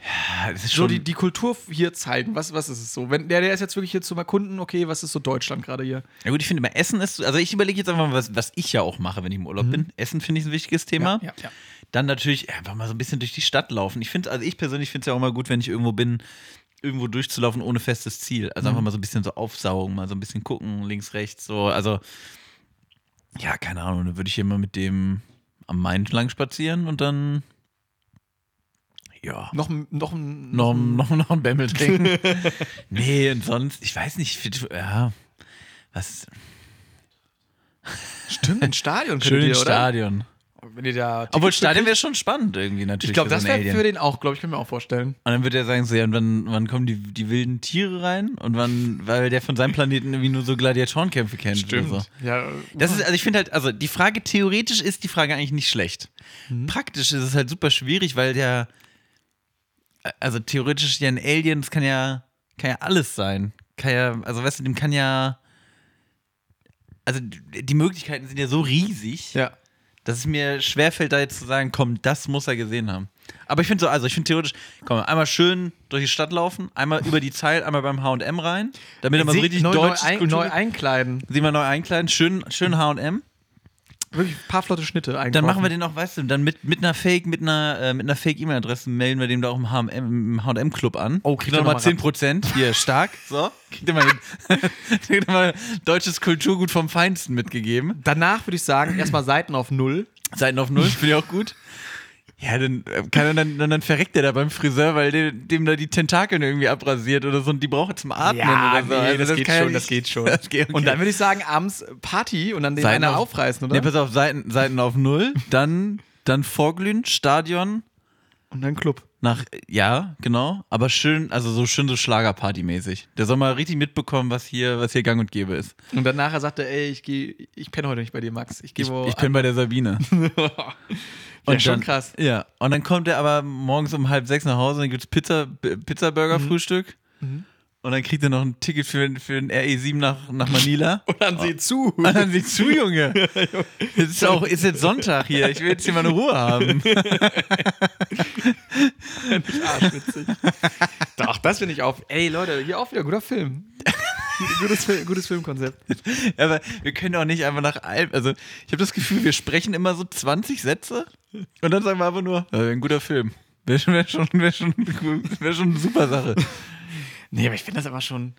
Ja, es ist
so
schon.
die, die Kultur hier zeigen. Was, was ist es so? Wenn der, der ist jetzt wirklich hier zum Erkunden, okay, was ist so Deutschland gerade hier?
ja, gut, ich finde, bei Essen ist. Also, ich überlege jetzt einfach mal, was, was ich ja auch mache, wenn ich im Urlaub bin. Essen finde ich ein wichtiges Thema.
Mhm. Ja, ja, ja.
Dann natürlich einfach mal so ein bisschen durch die Stadt laufen. Ich finde, also ich persönlich finde es ja auch mal gut, wenn ich irgendwo bin, irgendwo durchzulaufen ohne festes Ziel. Also
Mhm.
einfach mal so ein bisschen so aufsaugen, mal so ein bisschen gucken, links, rechts, so. Also, ja, keine Ahnung, dann würde ich hier mal mit dem am Main lang spazieren und dann. Ja.
Noch, ein- noch, ein-
noch, noch, noch ein Bämmel
[laughs]
trinken. nee, und sonst, ich weiß nicht, ich find- ja, was,
Stimmt, ein
[laughs]
Stadion
schön
könntet ihr,
ins
oder?
Stadion.
Wenn ihr da Tickets
Obwohl, Stadion wäre schon spannend irgendwie natürlich.
Ich glaube,
für
das
so einen
wäre
Alien.
für den auch, glaube ich, kann mir auch vorstellen.
Und dann wird er sagen, so, ja, und wann, wann kommen die, die wilden Tiere rein? Und wann, weil der von seinem Planeten irgendwie nur so Gladiatorenkämpfe kennt. Oder so.
Ja, uh,
Das ist, also ich finde halt, also die Frage, theoretisch ist die Frage eigentlich nicht schlecht. Praktisch ist es halt super schwierig, weil der, also theoretisch ist ja ein Alien, das kann ja, kann ja alles sein. Kann ja, also weißt du, dem kann ja, also die die Möglichkeiten sind ja so riesig,
ja.
dass es mir schwerfällt, da jetzt zu sagen, komm, das muss er gesehen haben. Aber ich finde so, also ich finde theoretisch, komm, einmal schön durch die Stadt laufen, einmal über die Zeil, einmal beim H&M rein, damit er mal so
Sie-
richtig
neu,
deutsch
neu, ein, neu einkleiden.
Sie mal neu einkleiden, schön, schön H&M.
Wirklich ein paar flotte Schnitte einkaufen.
Dann machen wir den auch, weißt du, dann mit, mit einer Fake, mit einer, äh, mit einer Fake-E-Mail-Adresse melden wir dem da auch im H&M im H&M Club an.
Oh, kriegt er
er
noch mal
10%. Hier, stark.
[laughs]
So, kriegt er mal, [laughs] kriegt er mal deutsches Kulturgut vom Feinsten mitgegeben.
Danach würde ich sagen, erstmal Seiten auf Null.
Seiten auf Null, finde ich auch gut. Ja, dann, äh, kann er dann, dann, dann verreckt er da beim Friseur, weil dem, dem da die Tentakeln irgendwie abrasiert oder so und die braucht er zum Atmen oder so. Also kann ja nicht-
schon.
[laughs] Das geht, okay.
Und dann würde ich sagen, abends Party und dann den
Seiten
einer
auf-
aufreißen, oder?
Nee, pass auf, Seiten, Seiten auf Null, dann, dann vorglühen, Stadion,
und dann Club.
Nach, ja, genau, aber schön, also so schön so Schlagerparty-mäßig. Der soll mal richtig mitbekommen, was hier, was hier gang und gäbe ist.
Und dann nachher sagt er, ey, ich gehe, ich penne heute nicht bei dir, Max. Ich gehe
Ich,
wo.
ich bin bei der Sabine. Und
ja, schon
dann-
krass.
Ja, und dann kommt er aber morgens um halb sechs nach Hause, dann gibt's Pizza, B-
Mhm.
Pizza-Burger-Frühstück. Und dann kriegt er noch ein Ticket für, für den RE7 nach, nach Manila. [laughs]
Und dann sieh [laughs] zu.
Und dann sieh zu,
[laughs]
Junge. Es ist, auch, ist jetzt Sonntag hier. Ich will jetzt hier mal eine Ruhe haben. [laughs]
Arschwitzig. Doch, das finde ich auf. Ey, Leute, hier auch wieder guter Film. gutes, Fil- gutes Filmkonzept.
Aber wir können auch nicht einfach nach allem. Also, ich habe das Gefühl, wir sprechen immer so 20 Sätze und dann sagen wir einfach nur, "Ja, ein guter Film. Wäre schon, wär schon, wär schon, [laughs] wär schon eine super Sache.
Nee, aber ich finde das aber schon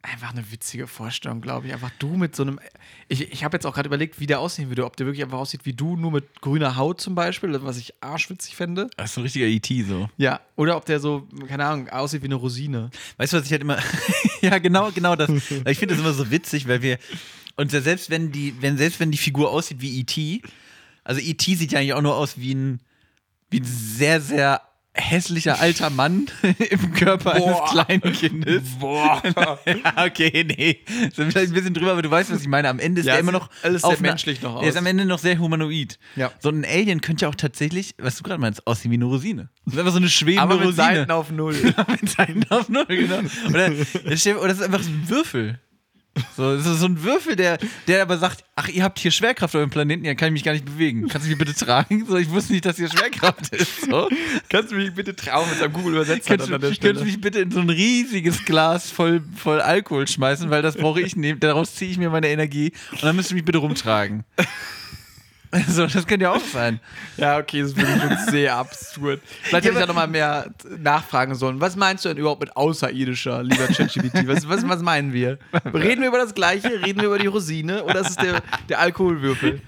einfach eine witzige Vorstellung, glaube ich. Einfach du mit so einem. Ich, ich habe jetzt auch gerade überlegt, wie der aussehen würde. Ob der wirklich einfach aussieht wie du, nur mit grüner Haut zum Beispiel, was ich arschwitzig fände.
Das ist ein richtiger E.T. so.
Ja. Oder ob der so, keine Ahnung, aussieht wie eine Rosine.
Weißt du, was ich halt immer. [laughs] ja, genau, genau
[laughs]
das. Ich finde das immer so witzig, weil wir. Und ja, selbst wenn die, wenn, selbst wenn die Figur E aussieht wie E.T., also E.T. sieht ja eigentlich auch nur aus wie ein, wie ein sehr, sehr
hässlicher alter
[laughs]
Mann im Körper
Boah.
eines kleinen Kindes. [laughs]
Boah. [laughs] ja, okay, nee. Sind vielleicht ein bisschen drüber, aber du weißt, was ich meine. Am Ende ist
Ja,
der
sieht
immer noch.
alles sehr
auf einer-
menschlich noch
Der ist
aus.
am Ende noch sehr humanoid.
Ja.
So ein Alien könnte ja auch tatsächlich, was du gerade meinst, aussehen wie eine Rosine. Das ist einfach so eine schwebende
Aber mit
Rosine.
Seiten auf [laughs] Null.
mit Seiten auf Null, genau. Oder, das steht- oder das ist einfach so ein Würfel. So, das ist so ein Würfel, der, der aber sagt, ach, ihr habt hier Schwerkraft auf dem Planeten, ja, kann ich mich gar nicht bewegen. Kannst du mich bitte tragen? So, ich wusste nicht, dass hier Schwerkraft ist. So.
Kannst du mich bitte trauen mit seinem Google-Übersetzer
Könntest, du- könntest du mich bitte in so ein riesiges Glas voll, voll Alkohol schmeißen, weil das brauche ich nicht. Daraus ziehe ich mir meine Energie und dann müsst ihr mich bitte rumtragen. [laughs] So, das könnte ja auch sein.
Ja, okay, das finde ich schon
[laughs]
sehr absurd. Vielleicht hätte ich da nochmal mehr nachfragen sollen. Was meinst du denn überhaupt mit außerirdischer, lieber ChatGPT? Was, was, was meinen wir?
[laughs]
Reden wir über das Gleiche? Reden wir über die Rosine? Oder ist es der, der Alkoholwürfel?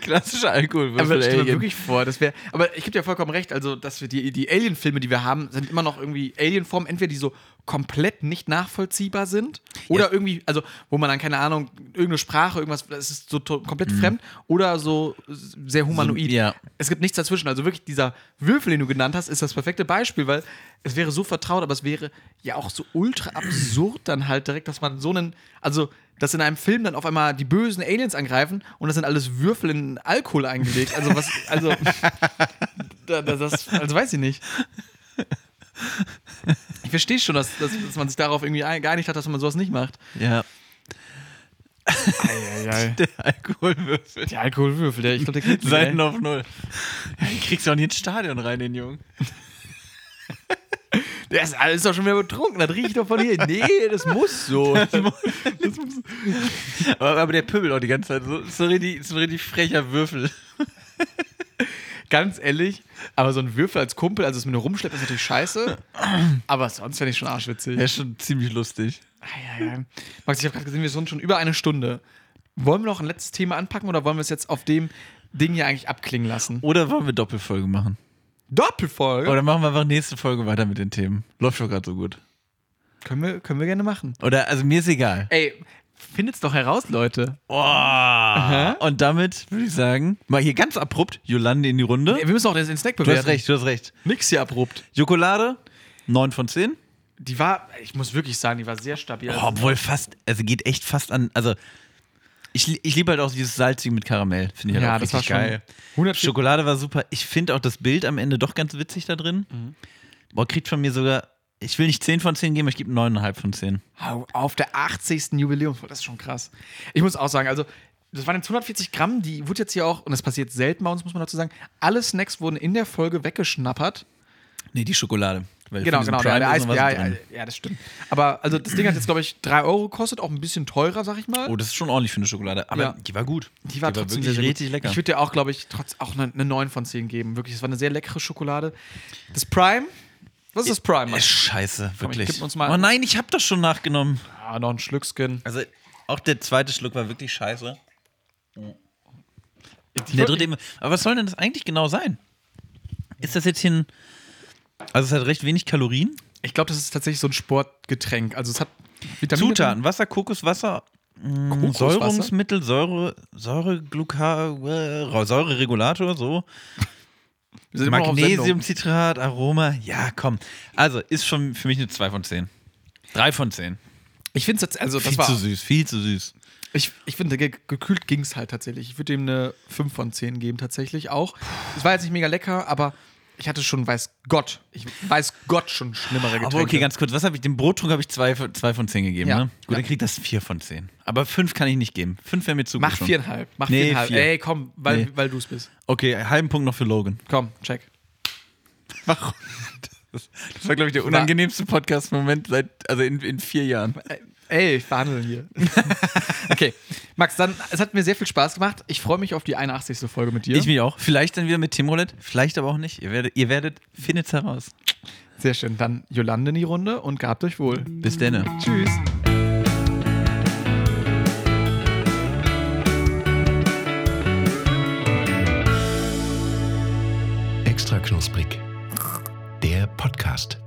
Klassischer Alkohol.
Aber stell mir wirklich vor, das wäre. Aber ich gebe dir vollkommen recht, also dass wir die, die Alien-Filme, die wir haben, sind immer noch irgendwie Alien-Formen, entweder die so komplett nicht nachvollziehbar sind oder irgendwie, also wo man dann keine Ahnung, irgendeine Sprache, irgendwas, das ist so to- komplett fremd oder so sehr humanoid.
Mhm. So, ja.
Es gibt nichts dazwischen. Also wirklich dieser Würfel, den du genannt hast, ist das perfekte Beispiel, weil es wäre so vertraut, aber es wäre ja auch so ultra absurd dann halt direkt, dass man so einen, also dass in einem Film dann auf einmal die bösen Aliens angreifen und das sind alles Würfel in Alkohol eingelegt. Also was, [laughs] also da- da- das, also weiß ich nicht. Ich verstehe schon, dass, dass, dass man sich darauf irgendwie ein- geeinigt hat, dass man sowas nicht macht.
Ja, [laughs] der Alkoholwürfel.
Der Alkoholwürfel, der, ich glaube, [laughs] der kriegt
Seiten auf [laughs] Null. Ja, den kriegst du auch nicht ins Stadion rein, den Jungen.
Der ist, ist doch schon wieder betrunken, das riecht doch von hier. Nee, das muss [laughs] so.
Aber, aber der pöbelt auch die ganze Zeit. So, so, richtig, so richtig frecher Würfel.
[laughs] Ganz ehrlich, aber so ein Würfel als Kumpel, also es mit nur rumschleppt, ist natürlich scheiße. Aber sonst fände ich schon arschwitzig.
Der ist schon ziemlich lustig.
Ei, ei, ei. Max, ich habe gerade gesehen, wir sind schon über eine Stunde. Wollen wir noch ein letztes Thema anpacken oder wollen wir es jetzt auf dem Ding hier eigentlich abklingen lassen?
Oder wollen wir Doppelfolge machen?
Doppelfolge?
Oder machen wir einfach nächste Folge weiter mit den Themen. Läuft doch gerade so gut.
Können wir, können wir gerne machen.
Oder, also mir ist egal.
Ey, findet's doch heraus, Leute.
Und damit würde ich sagen, mal hier ganz abrupt, Jolande in die Runde.
Ey, wir müssen auch den den Snack
Du
bewerten.
hast recht, du hast recht.
Nix hier abrupt.
Jokolade, 9 von 10.
Die war, ich muss wirklich sagen, die war sehr stabil.
Oh, obwohl fast, also geht echt fast an, also ich, li- ich liebe halt auch dieses Salzige mit Karamell, finde ich halt
ja,
auch
das war
richtig
schon
geil.
100 Stück.
Schokolade war super. Ich finde auch das Bild am Ende doch ganz witzig da drin.
Mhm.
Boah, kriegt von mir sogar, ich will nicht 10 von 10 geben, aber ich gebe 9,5 von 10.
Au, Auf der 80. Jubiläumsfolge, das ist schon krass. Ich muss auch sagen, also das waren jetzt 140 Gramm, die wurde jetzt hier auch, und das passiert selten bei uns, muss man dazu sagen, alle Snacks wurden in der Folge weggeschnappert.
Nee, die Schokolade. Weil
Genau,
von diesem
genau,
Prime
der, der
ist noch
Eis,
was
ja, ja,
drin.
ja, das stimmt. Aber also das Ding hat jetzt, glaube ich, 3 Euro gekostet, auch ein bisschen teurer, sag ich mal.
Oh, das ist schon ordentlich für eine Schokolade. Aber
Ja.
die war gut.
Die war trotzdem
wirklich
sehr, sehr
richtig
gut.
lecker.
Ich würde dir auch, glaube ich, trotz auch eine, eine 9 von 10 geben. Wirklich, es war eine sehr leckere Schokolade. Das Prime, was ist das Prime?
Äh, Scheiße, wirklich.
gib uns mal-
oh nein, ich habe das schon nachgenommen.
Ah, noch ein Schlückskin.
Also auch der zweite Schluck war wirklich scheiße.
Die
Der
wollte-
dritte eben. Aber was soll denn das eigentlich genau sein? Ist das jetzt hier ein. Also es hat recht wenig Kalorien.
Ich glaube, das ist tatsächlich so ein Sportgetränk. Also es hat Vitamine drin.
Zutaten, Wasser, Kokoswasser, mh,
Kokoswasser?
Säurungsmittel, Säure, Säure, Gluca, äh, Säureregulator, so.
Wir sind immer noch auf Sendung.
Magnesiumcitrat, Aroma. Ja, komm. Also ist schon für mich eine 2 von 10. 3 von 10.
Ich finde es also das
viel
war
zu süß, viel zu süß.
ich, ich finde ge gekühlt ging es halt tatsächlich. Ich würde dem eine 5 von 10 geben tatsächlich auch. Es war jetzt nicht mega lecker, aber ich hatte schon weiß Gott, ich weiß Gott schon schlimmere Getränke.
Aber okay, ganz kurz, was habe ich? Dem Brottrunk habe ich 2 zwei von 10 gegeben,
Ja.
ne? Gut,
Ja.
dann kriegt das 4 von 10. Aber 5 kann ich nicht geben. 5 wäre mir zu
mach
gut. schon.
viereinhalb, mach
Nee,
viereinhalb.
vier.
Ey, komm, weil
Nee.
weil du es bist.
Okay, halben Punkt noch für Logan.
Komm, check.
Warum? Das war, glaube ich, der unangenehmste Podcast-Moment seit, also in, in vier Jahren.
Ey, Ey, ich verhandle
[laughs]
hier. okay, Max, dann es hat mir sehr viel Spaß gemacht. Ich freue mich auf die 81. Folge mit dir.
Ich mich auch. Vielleicht dann wieder mit Team Roulette, vielleicht aber auch nicht. Ihr werdet, ihr werdet findet's heraus.
sehr schön. Dann Jolande in die Runde und gehabt euch wohl.
Bis denne.
Tschüss.
Extra knusprig. Der Podcast.